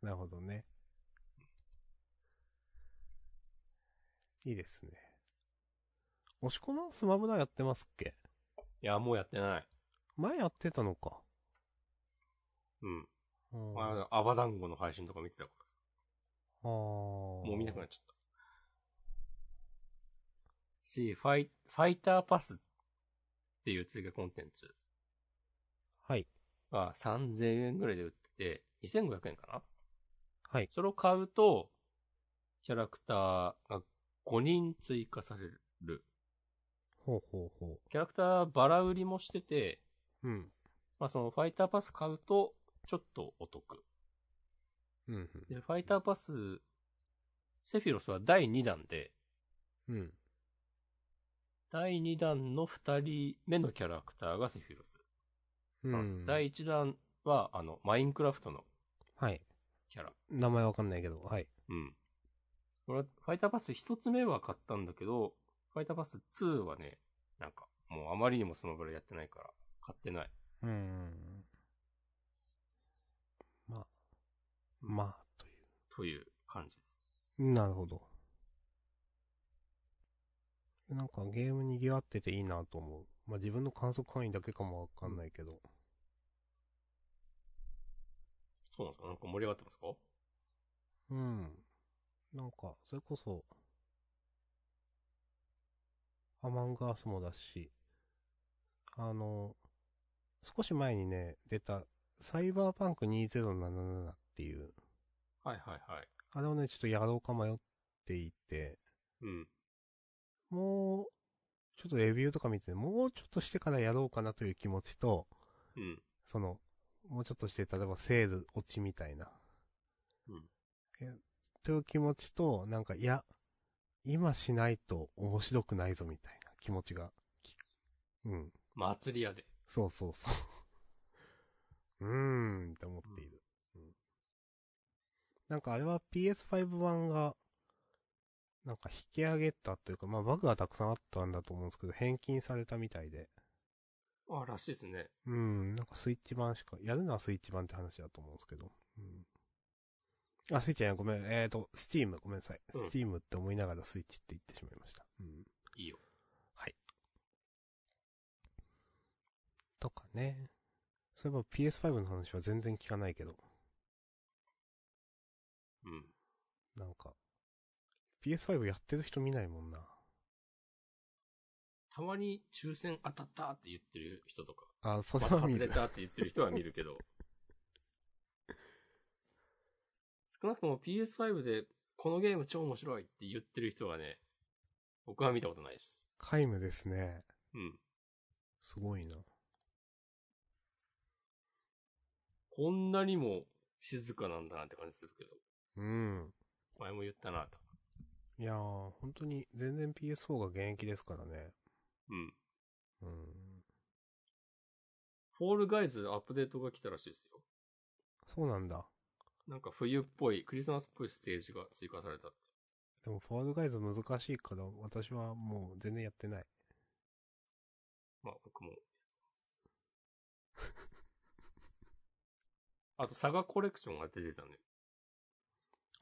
Speaker 1: なるほどね。いいですね。押し込まんスマブラやってますっけ
Speaker 2: いや、もうやってない。
Speaker 1: 前やってたのか。
Speaker 2: うん。
Speaker 1: うん、あ
Speaker 2: あアバ団子の配信とか見てたからさ
Speaker 1: あ。も
Speaker 2: もう見なくなっちゃった。し、ファイ、ファイターパスっていう追加コンテンツ
Speaker 1: はい。
Speaker 2: が3000円ぐらいで売ってて、2500円かな
Speaker 1: はい。
Speaker 2: それを買うと、キャラクターが5人追加される。
Speaker 1: ほうほうほ
Speaker 2: キャラクターバラ売りもしてて、
Speaker 1: う。うん。
Speaker 2: まあそのファイターパス買うと、ちょっとお得。
Speaker 1: うん。
Speaker 2: で、ファイターパス、セフィロスは第2弾で、
Speaker 1: うん。
Speaker 2: 第2弾の2人目のキャラクターがセフィロス。
Speaker 1: うん。
Speaker 2: 第1弾は、あの、マインクラフトの
Speaker 1: はい。
Speaker 2: キャラ。
Speaker 1: 名前わかんないけど、はい。
Speaker 2: うん。これは、ファイターパス1つ目は買ったんだけど、ファイターパス2はね、なんか、もうあまりにもそのぐらいやってないから、買ってない。
Speaker 1: うん。まあ、まあ、とい
Speaker 2: という感じです。
Speaker 1: う。なるほど。なんかゲームにぎわってていいなと思う。まあ自分の観測範囲だけかもわかんないけど。
Speaker 2: そうなんですかなんか盛り上がってますか
Speaker 1: うん。なんか、それこそ、アマンガースもだし、あの、少し前にね、出た、サイバーパンク2077っていう、
Speaker 2: はいはいはい。
Speaker 1: あれをね、ちょっとやろうか迷っていて、
Speaker 2: うん。
Speaker 1: もう、ちょっとレビューとか見て、もうちょっとしてからやろうかなという気持ちと、
Speaker 2: うん。
Speaker 1: その、もうちょっとして、例えばセール落ちみたいな。
Speaker 2: うん
Speaker 1: え。という気持ちと、なんか、いや、今しないと面白くないぞみたいな気持ちが、きうん。
Speaker 2: 祭り屋で。
Speaker 1: そうそうそう。うーん、って思っている。うんなんかあれは PS5 版が、なんか引き上げたというか、まあバグがたくさんあったんだと思うんですけど、返金されたみたいで。
Speaker 2: あ、らしいですね。
Speaker 1: うん、なんかスイッチ版しか、やるのはスイッチ版って話だと思うんですけど。うん、あ、スイッチじゃない、ごめん、えっ、ー、と、スチーム、ごめんなさい。
Speaker 2: うん
Speaker 1: スチームって思いながらスイッチって言ってしまいました。うん。
Speaker 2: いいよ。
Speaker 1: とかね。そういえば PS5 の話は全然聞かないけど、
Speaker 2: うん。
Speaker 1: なんか、PS5 やってる人見ないもんな。
Speaker 2: たまに抽選当たったって言ってる人とか、
Speaker 1: あ、それ
Speaker 2: また
Speaker 1: は見
Speaker 2: 外れ
Speaker 1: る。
Speaker 2: たって言ってる人は見る けど。少なくとも PS5 で、このゲーム超面白いって言ってる人はね、僕は見たことないです。
Speaker 1: 皆無ですね。
Speaker 2: うん。
Speaker 1: すごいな。
Speaker 2: こんなにも静かなんだなって感じするけど。
Speaker 1: うん。
Speaker 2: 前も言ったなと。
Speaker 1: いやー、本当に全然 PS4 が現役ですからね。
Speaker 2: うん。
Speaker 1: うん。
Speaker 2: フォールガイズアップデートが来たらしいですよ。
Speaker 1: そうなんだ。
Speaker 2: なんか冬っぽい、クリスマスっぽいステージが追加されたって。
Speaker 1: でも、フォワードガイズ難しいから、私はもう全然やってない。
Speaker 2: まあ僕も。あと、サガコレクションが出てたね。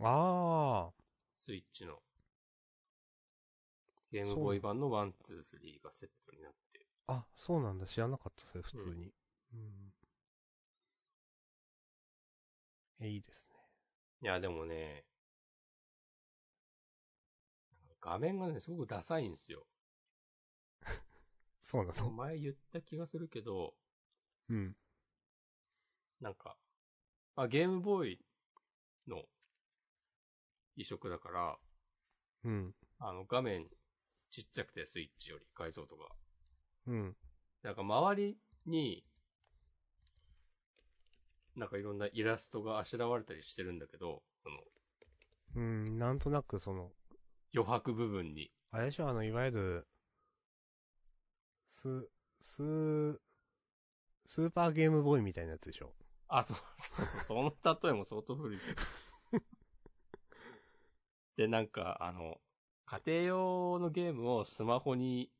Speaker 1: あ
Speaker 2: スイッチの。ゲームボーイ版の1、2、3がセットになって。
Speaker 1: あ。あ、そうなんだ。知らなかった、それ、普通に。うん。え、いいですね。
Speaker 2: いや、でもね、画面がね、すごくダサいんですよ。
Speaker 1: そうなの。
Speaker 2: 前言った気がするけど、
Speaker 1: うん。
Speaker 2: なんか、まあゲームボーイの移植だから、
Speaker 1: うん。
Speaker 2: あの画面ちっちゃくてスイッチより解像度が。
Speaker 1: うん。
Speaker 2: なんか周りに、なんかいろんなイラストがあしらわれたりしてるんだけど、その
Speaker 1: うん、なんとなくその、
Speaker 2: 余白部分に。
Speaker 1: あれでしょ、あの、いわゆる、ス、ス、スーパーゲームボーイみたいなやつでしょ。
Speaker 2: あ、そうそうそう、その例えも相当古いけど。で、なんか、あの、家庭用のゲームをスマホに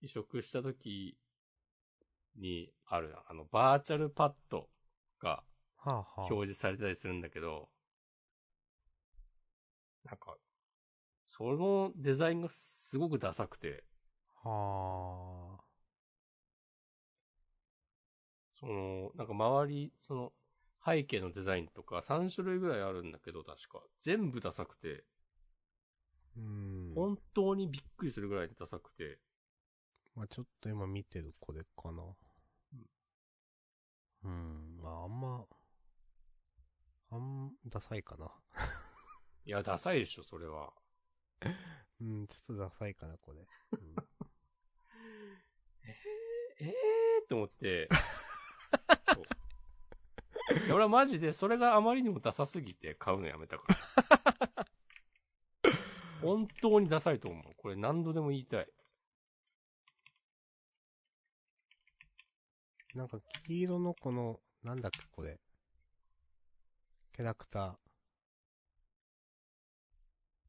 Speaker 2: 移植した時にある、あの、バーチャルパッドが
Speaker 1: はあはあ。
Speaker 2: 表示されたりするんだけど、なんか、そのデザインがすごくダサくて、
Speaker 1: はあ。
Speaker 2: その、なんか周り、その、背景のデザインとか3種類ぐらいあるんだけど、確か。全部ダサくて、
Speaker 1: うん。
Speaker 2: 本当にびっくりするぐらいダサくて、
Speaker 1: まあ、ちょっと今見てるこれかな。うん、まあ、あんま、あん、ダサいかな。
Speaker 2: いや、ダサいでしょ、それは。
Speaker 1: うん、ちょっとダサいかな、これ。 うん
Speaker 2: ええーって思って。そういや俺はマジでそれがあまりにもダサすぎて買うのやめたから。本当にダサいと思う。これ何度でも言いたい。
Speaker 1: なんか黄色のこの、なんだっけこれ。キャラクタ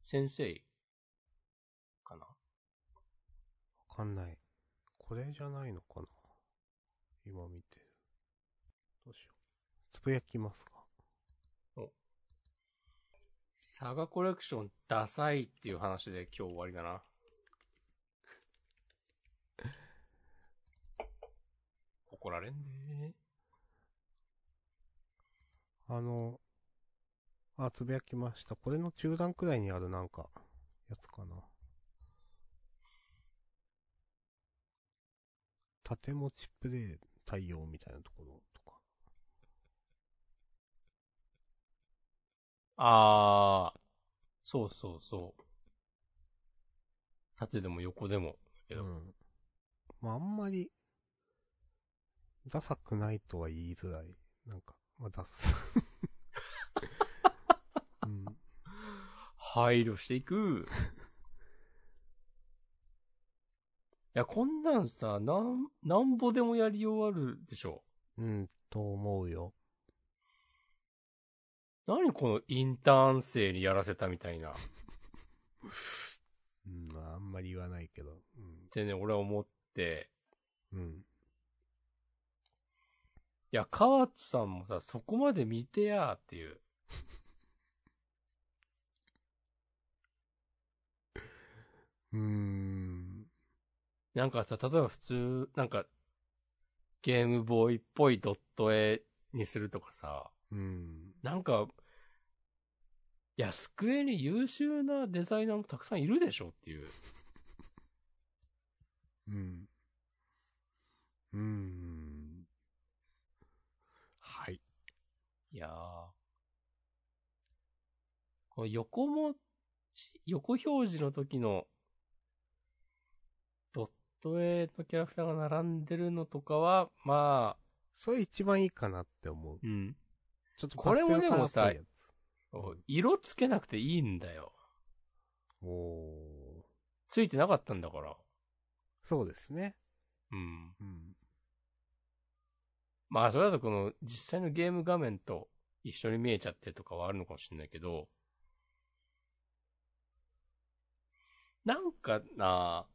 Speaker 1: ー。
Speaker 2: 先生かな
Speaker 1: わかんない。これじゃないのかな今見てる。どうしよう。つぶやきますか。
Speaker 2: サガコレクションダサいっていう話で今日終わりだな。怒られんね。
Speaker 1: あの、あ、つぶやきました。これの中段くらいにあるなんか、やつかな。縦持ちプレイ対応みたいなところとか。
Speaker 2: あー、そうそうそう。縦でも横でも。けど
Speaker 1: うん。まあ、あんまり、ダサくないとは言いづらい。なんか、まあ、ダサ。 うん。
Speaker 2: 配慮していく。いや、こんなんさ、なん、なんぼでもやり終わるでしょ。
Speaker 1: うん、と思うよ。
Speaker 2: 何このインターン生にやらせたみたいな。っ
Speaker 1: うん、まあ、あんまり言わないけど。うん。
Speaker 2: てね、俺は思って。
Speaker 1: うん。
Speaker 2: いや、河津さんもさ、そこまで見てやーっていう。
Speaker 1: うーん。
Speaker 2: なんかさ、例えば普通、なんか、ゲームボーイっぽいドット絵にするとかさ、
Speaker 1: うん。
Speaker 2: なんか、いや、スクエに優秀なデザイナーもたくさんいるでしょっていう。
Speaker 1: うん。うーん。はい。
Speaker 2: いやー。この横もち、横表示の時の、ドット絵のキャラクターが並んでるのとかは、まあ、
Speaker 1: それ一番いいかなって思う。
Speaker 2: うん。
Speaker 1: ちょっと
Speaker 2: これもでもさ
Speaker 1: パステルカラーっぽいやうん
Speaker 2: 色つけなくていいんだよ。
Speaker 1: つおー。
Speaker 2: ついてなかったんだから。
Speaker 1: そうですね。
Speaker 2: うん。
Speaker 1: うん。
Speaker 2: まあ、それだとこの、実際のゲーム画面と一緒に見えちゃってとかはあるのかもしれないけど、なんかな、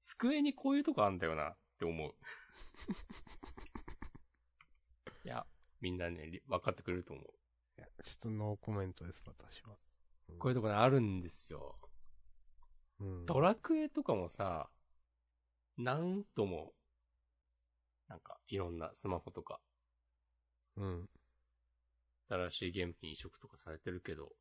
Speaker 2: 机にこういうとこあんだよなって思う。いや、みんなね、り分かってくれると思う。
Speaker 1: いや、ちょっとノーコメントです、私は。
Speaker 2: こういうとこね、あるんですよ。
Speaker 1: うん
Speaker 2: ドラクエとかもさ、なんとも、なんか、いろんなスマホとか、
Speaker 1: うん。
Speaker 2: 新しいゲームに移植とかされてるけど、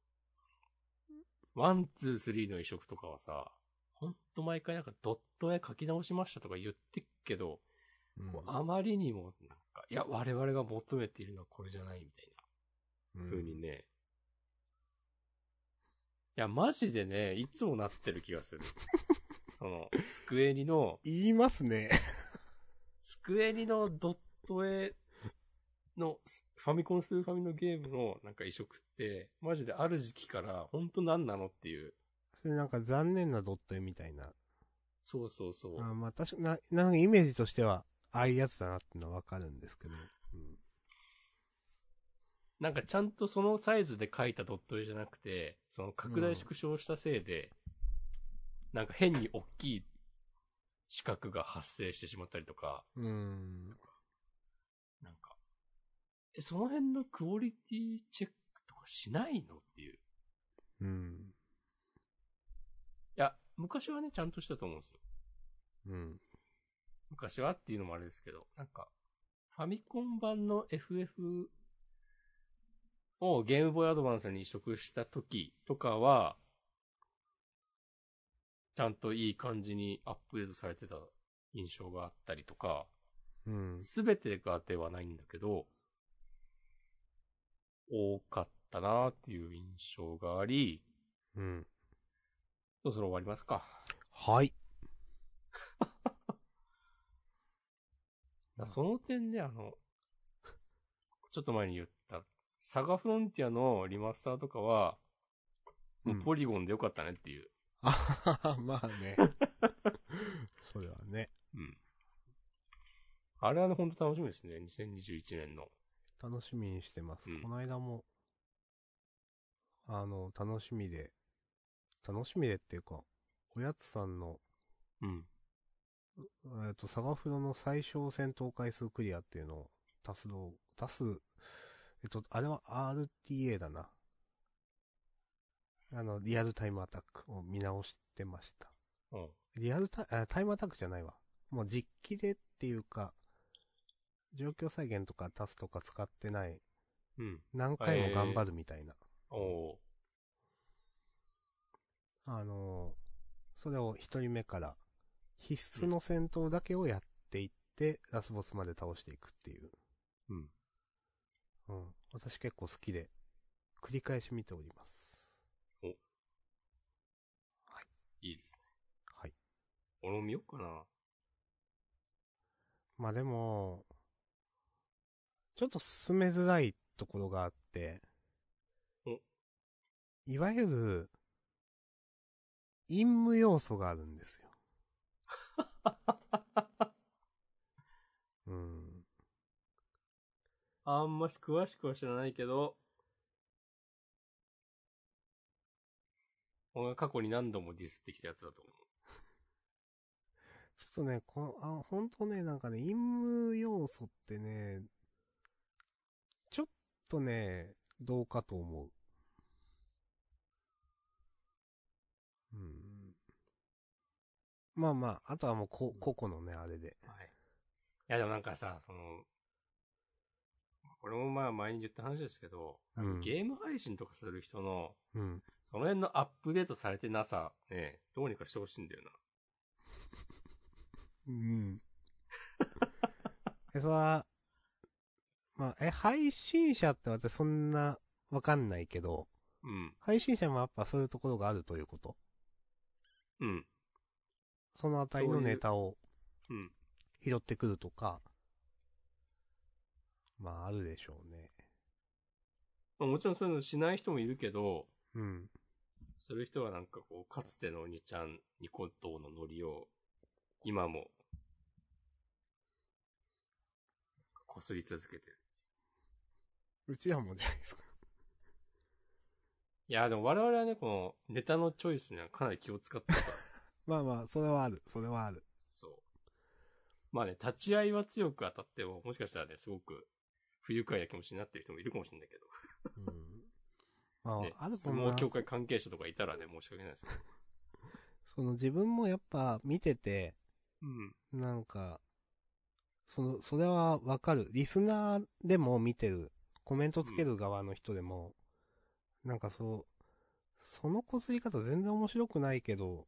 Speaker 2: ワン、ツー、スリーの移植とかはさ、ほんと毎回なんかドット絵書き直しましたとか言ってっけど、
Speaker 1: うん
Speaker 2: もうあまりにもなんか、いや、我々が求めているのはこれじゃないみたいな風にね、いや、マジでね、いつもなってる気がする。その、机にの、
Speaker 1: 言いますね。
Speaker 2: クエニのドット絵のスファミコンスーファミのゲームのなんか移植って、マジである時期から、ほんと何なのっていう。
Speaker 1: それなんか残念なドット絵みたいな。
Speaker 2: そうそうそう。
Speaker 1: あまあ確かな、なんかイメージとしては、ああいうやつだなってのはわかるんですけど。うん
Speaker 2: なんかちゃんとそのサイズで描いたドット絵じゃなくて、その拡大縮小したせいで、なんか変に大きい四角が発生してしまったりとか、
Speaker 1: うーん。
Speaker 2: なんか、え、その辺のクオリティチェックとかしないのっていう。い
Speaker 1: うん。
Speaker 2: や、昔はね、ちゃんとしたと思うんですよ。
Speaker 1: うん。
Speaker 2: 昔はっていうのもあれですけど、なんか、ファミコン版の FF をゲームボーイアドバンスに移植した時とかは、ちゃんといい感じにアップデートされてた印象があったりとか、
Speaker 1: うん。
Speaker 2: すべてがではないんだけど、多かったなっていう印象があり、
Speaker 1: うん。
Speaker 2: そろそろ終わりますか。
Speaker 1: はい。
Speaker 2: だその点ね、あの、 ちょっと前に言った、サガフロンティアのリマスターとかは、もう
Speaker 1: うん
Speaker 2: ポリゴンでよかったねっていう。
Speaker 1: あははまあ ね。それはね。
Speaker 2: うん。あれはね、ほんと楽しみですね。2021年の。
Speaker 1: 楽しみにしてます。
Speaker 2: うん
Speaker 1: この間も、あの、楽しみで、楽しみでっていうか、おやつさんの、
Speaker 2: うん。
Speaker 1: えっと、サガフロの最小戦闘回数クリアっていうのを足すの、足す、えっと、あれは RTA だな。あの、リアルタイムアタックを見直してました。
Speaker 2: うん。
Speaker 1: リアルタイあタイムアタックじゃないわ。もう実機でっていうか、状況再現とか足すとか使ってない、
Speaker 2: うん。
Speaker 1: 何回も頑張るみたいな。
Speaker 2: おー
Speaker 1: あのーそれを一人目から、必須の戦闘だけをやっていって、ラスボスまで倒していくっていう。
Speaker 2: うん。
Speaker 1: うん。私結構好きで、繰り返し見ております。
Speaker 2: いいですね。
Speaker 1: はい。
Speaker 2: 俺も見よっかな。
Speaker 1: まあでも、ちょっと進めづらいところがあって
Speaker 2: お、
Speaker 1: いわゆる、陰夢要素があるんですよ。うん。
Speaker 2: あんまし詳しくは知らないけど、俺が過去に何度もディスってきたやつだと思う。
Speaker 1: ちょっとね、この、あ、本当ね、なんかね、陰夢要素ってね、ちょっとね、どうかと思う。うん。まあまあ、あとはもうこ、個々のね、あれで。
Speaker 2: はい。いや、でもなんかさ、その、これもまあ前に言った話ですけど、
Speaker 1: うん
Speaker 2: ゲーム配信とかする人の、
Speaker 1: うん。
Speaker 2: その辺のアップデートされてなさ、ね、どうにかしてほしいんだよな。
Speaker 1: うん。え、それは、まあ、え、配信者って私そんな、わかんないけど、
Speaker 2: うん。
Speaker 1: 配信者もやっぱそういうところがあるということ。
Speaker 2: うん。
Speaker 1: そのあたりの
Speaker 2: そういう
Speaker 1: ネタを
Speaker 2: うん。
Speaker 1: 拾ってくるとか、まああるでしょうね。
Speaker 2: まあ、もちろんそういうのしない人もいるけど、
Speaker 1: うん。
Speaker 2: する人はなんかこう、かつての鬼ちゃん、ニコ動のノリを、今も、こすり続けてる。
Speaker 1: うちらもじゃないですか。
Speaker 2: いや、でも我々はね、このネタのチョイスにはかなり気を使ってるから。
Speaker 1: まあまあ、それはある。それはある。
Speaker 2: そう。まあね、立ち合いは強く当たっても、もしかしたらね、すごく不愉快な気持ちになってる人もいるかもしれないけど。
Speaker 1: うん。ま
Speaker 2: ね
Speaker 1: あ、あると
Speaker 2: 相
Speaker 1: 思う
Speaker 2: 撲
Speaker 1: な。
Speaker 2: 協会関係者とかいたらね、申し訳ないですけど。
Speaker 1: その自分もやっぱ見てて、
Speaker 2: うん。
Speaker 1: なんか、その、それはわかる。リスナーでも見てる。コメントつける側の人でも、なんかそう、そのこすり方全然面白くないけど、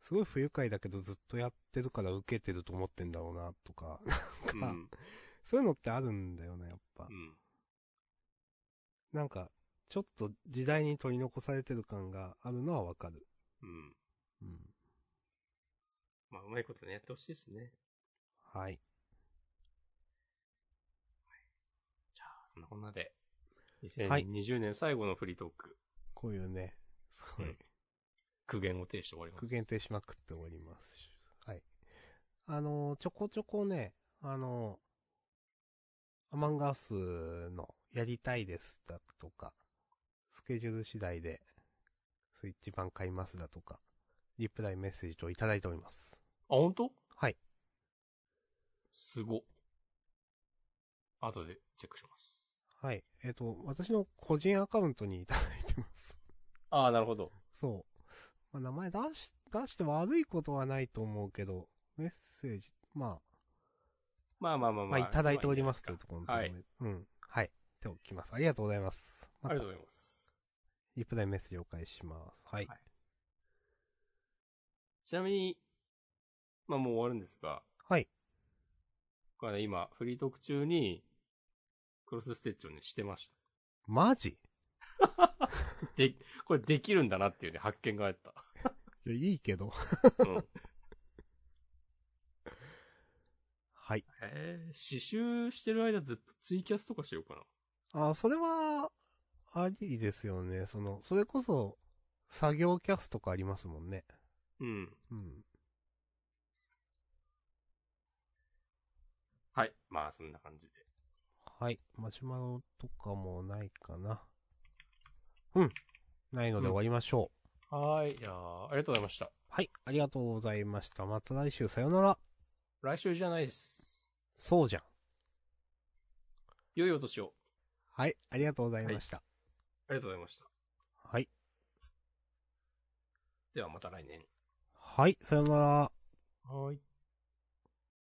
Speaker 1: すごい不愉快だけどずっとやってるから受けてると思ってんだろうな、とか。
Speaker 2: う
Speaker 1: なんか、
Speaker 2: ん。
Speaker 1: そういうのってあるんだよね、やっぱ
Speaker 2: う。ん。
Speaker 1: なんか、ちょっと時代に取り残されてる感があるのはわかる。
Speaker 2: うん。
Speaker 1: うん。
Speaker 2: まあ、うまいことね、やってほしいですね。
Speaker 1: はい。
Speaker 2: そんなこんなで、2020年最後のフリートーク、
Speaker 1: こういうね、そう
Speaker 2: うん苦言を呈して終わります。
Speaker 1: 苦言呈しまくっております。はい。あの、ちょこちょこね、あの、アマンガースのやりたいですだとか、スケジュール次第で、スイッチ版買いますだとか、リプライメッセージといただいております。
Speaker 2: あ、本当？
Speaker 1: はい。
Speaker 2: すご。後でチェックします。
Speaker 1: はい。えっ、と、私の個人アカウントにいただいてます。
Speaker 2: ああ、なるほど。
Speaker 1: そう。まあ、名前出し、出して悪いことはないと思うけど、メッセージ、まあ、
Speaker 2: まあまあまあま
Speaker 1: ま
Speaker 2: あ。
Speaker 1: あ、いただいておりますという
Speaker 2: ま
Speaker 1: ところの
Speaker 2: はい
Speaker 1: うん。はい。手を置きます。ありがとうございます。ま
Speaker 2: あ
Speaker 1: た
Speaker 2: いいんじゃないですかありがとうござ
Speaker 1: リ
Speaker 2: います。
Speaker 1: プライメッセージをお返しします。はい。
Speaker 2: はいちなみに、まあもう終わるんですが、
Speaker 1: はい。
Speaker 2: 僕はね、今、フリートーク中に、クロスステッチをね、してまし
Speaker 1: マジ
Speaker 2: た。で、これできるんだなっていうね、発見があった。
Speaker 1: いや、いいけど。
Speaker 2: うん。
Speaker 1: はい。
Speaker 2: えー、刺繍してる間ずっとツイキャスとかしようかな。
Speaker 1: あ、それは、ありですよね。その、それこそ、作業キャスとかありますもんね。
Speaker 2: うん。
Speaker 1: うん。
Speaker 2: はい。まあ、そんな感じで。
Speaker 1: はい。マシュマロとかもないかな。うん。ないので終わりましょう。
Speaker 2: はい。いやーありがとうございました。
Speaker 1: はい。ありがとうございました。また来週さよなら。
Speaker 2: 来週じゃないです。
Speaker 1: そうじゃん。
Speaker 2: 良いお年を。
Speaker 1: はい。ありがとうございました。
Speaker 2: ありがとうございました。
Speaker 1: はい。
Speaker 2: ではまた来年。
Speaker 1: はい、さよなら。
Speaker 2: はい。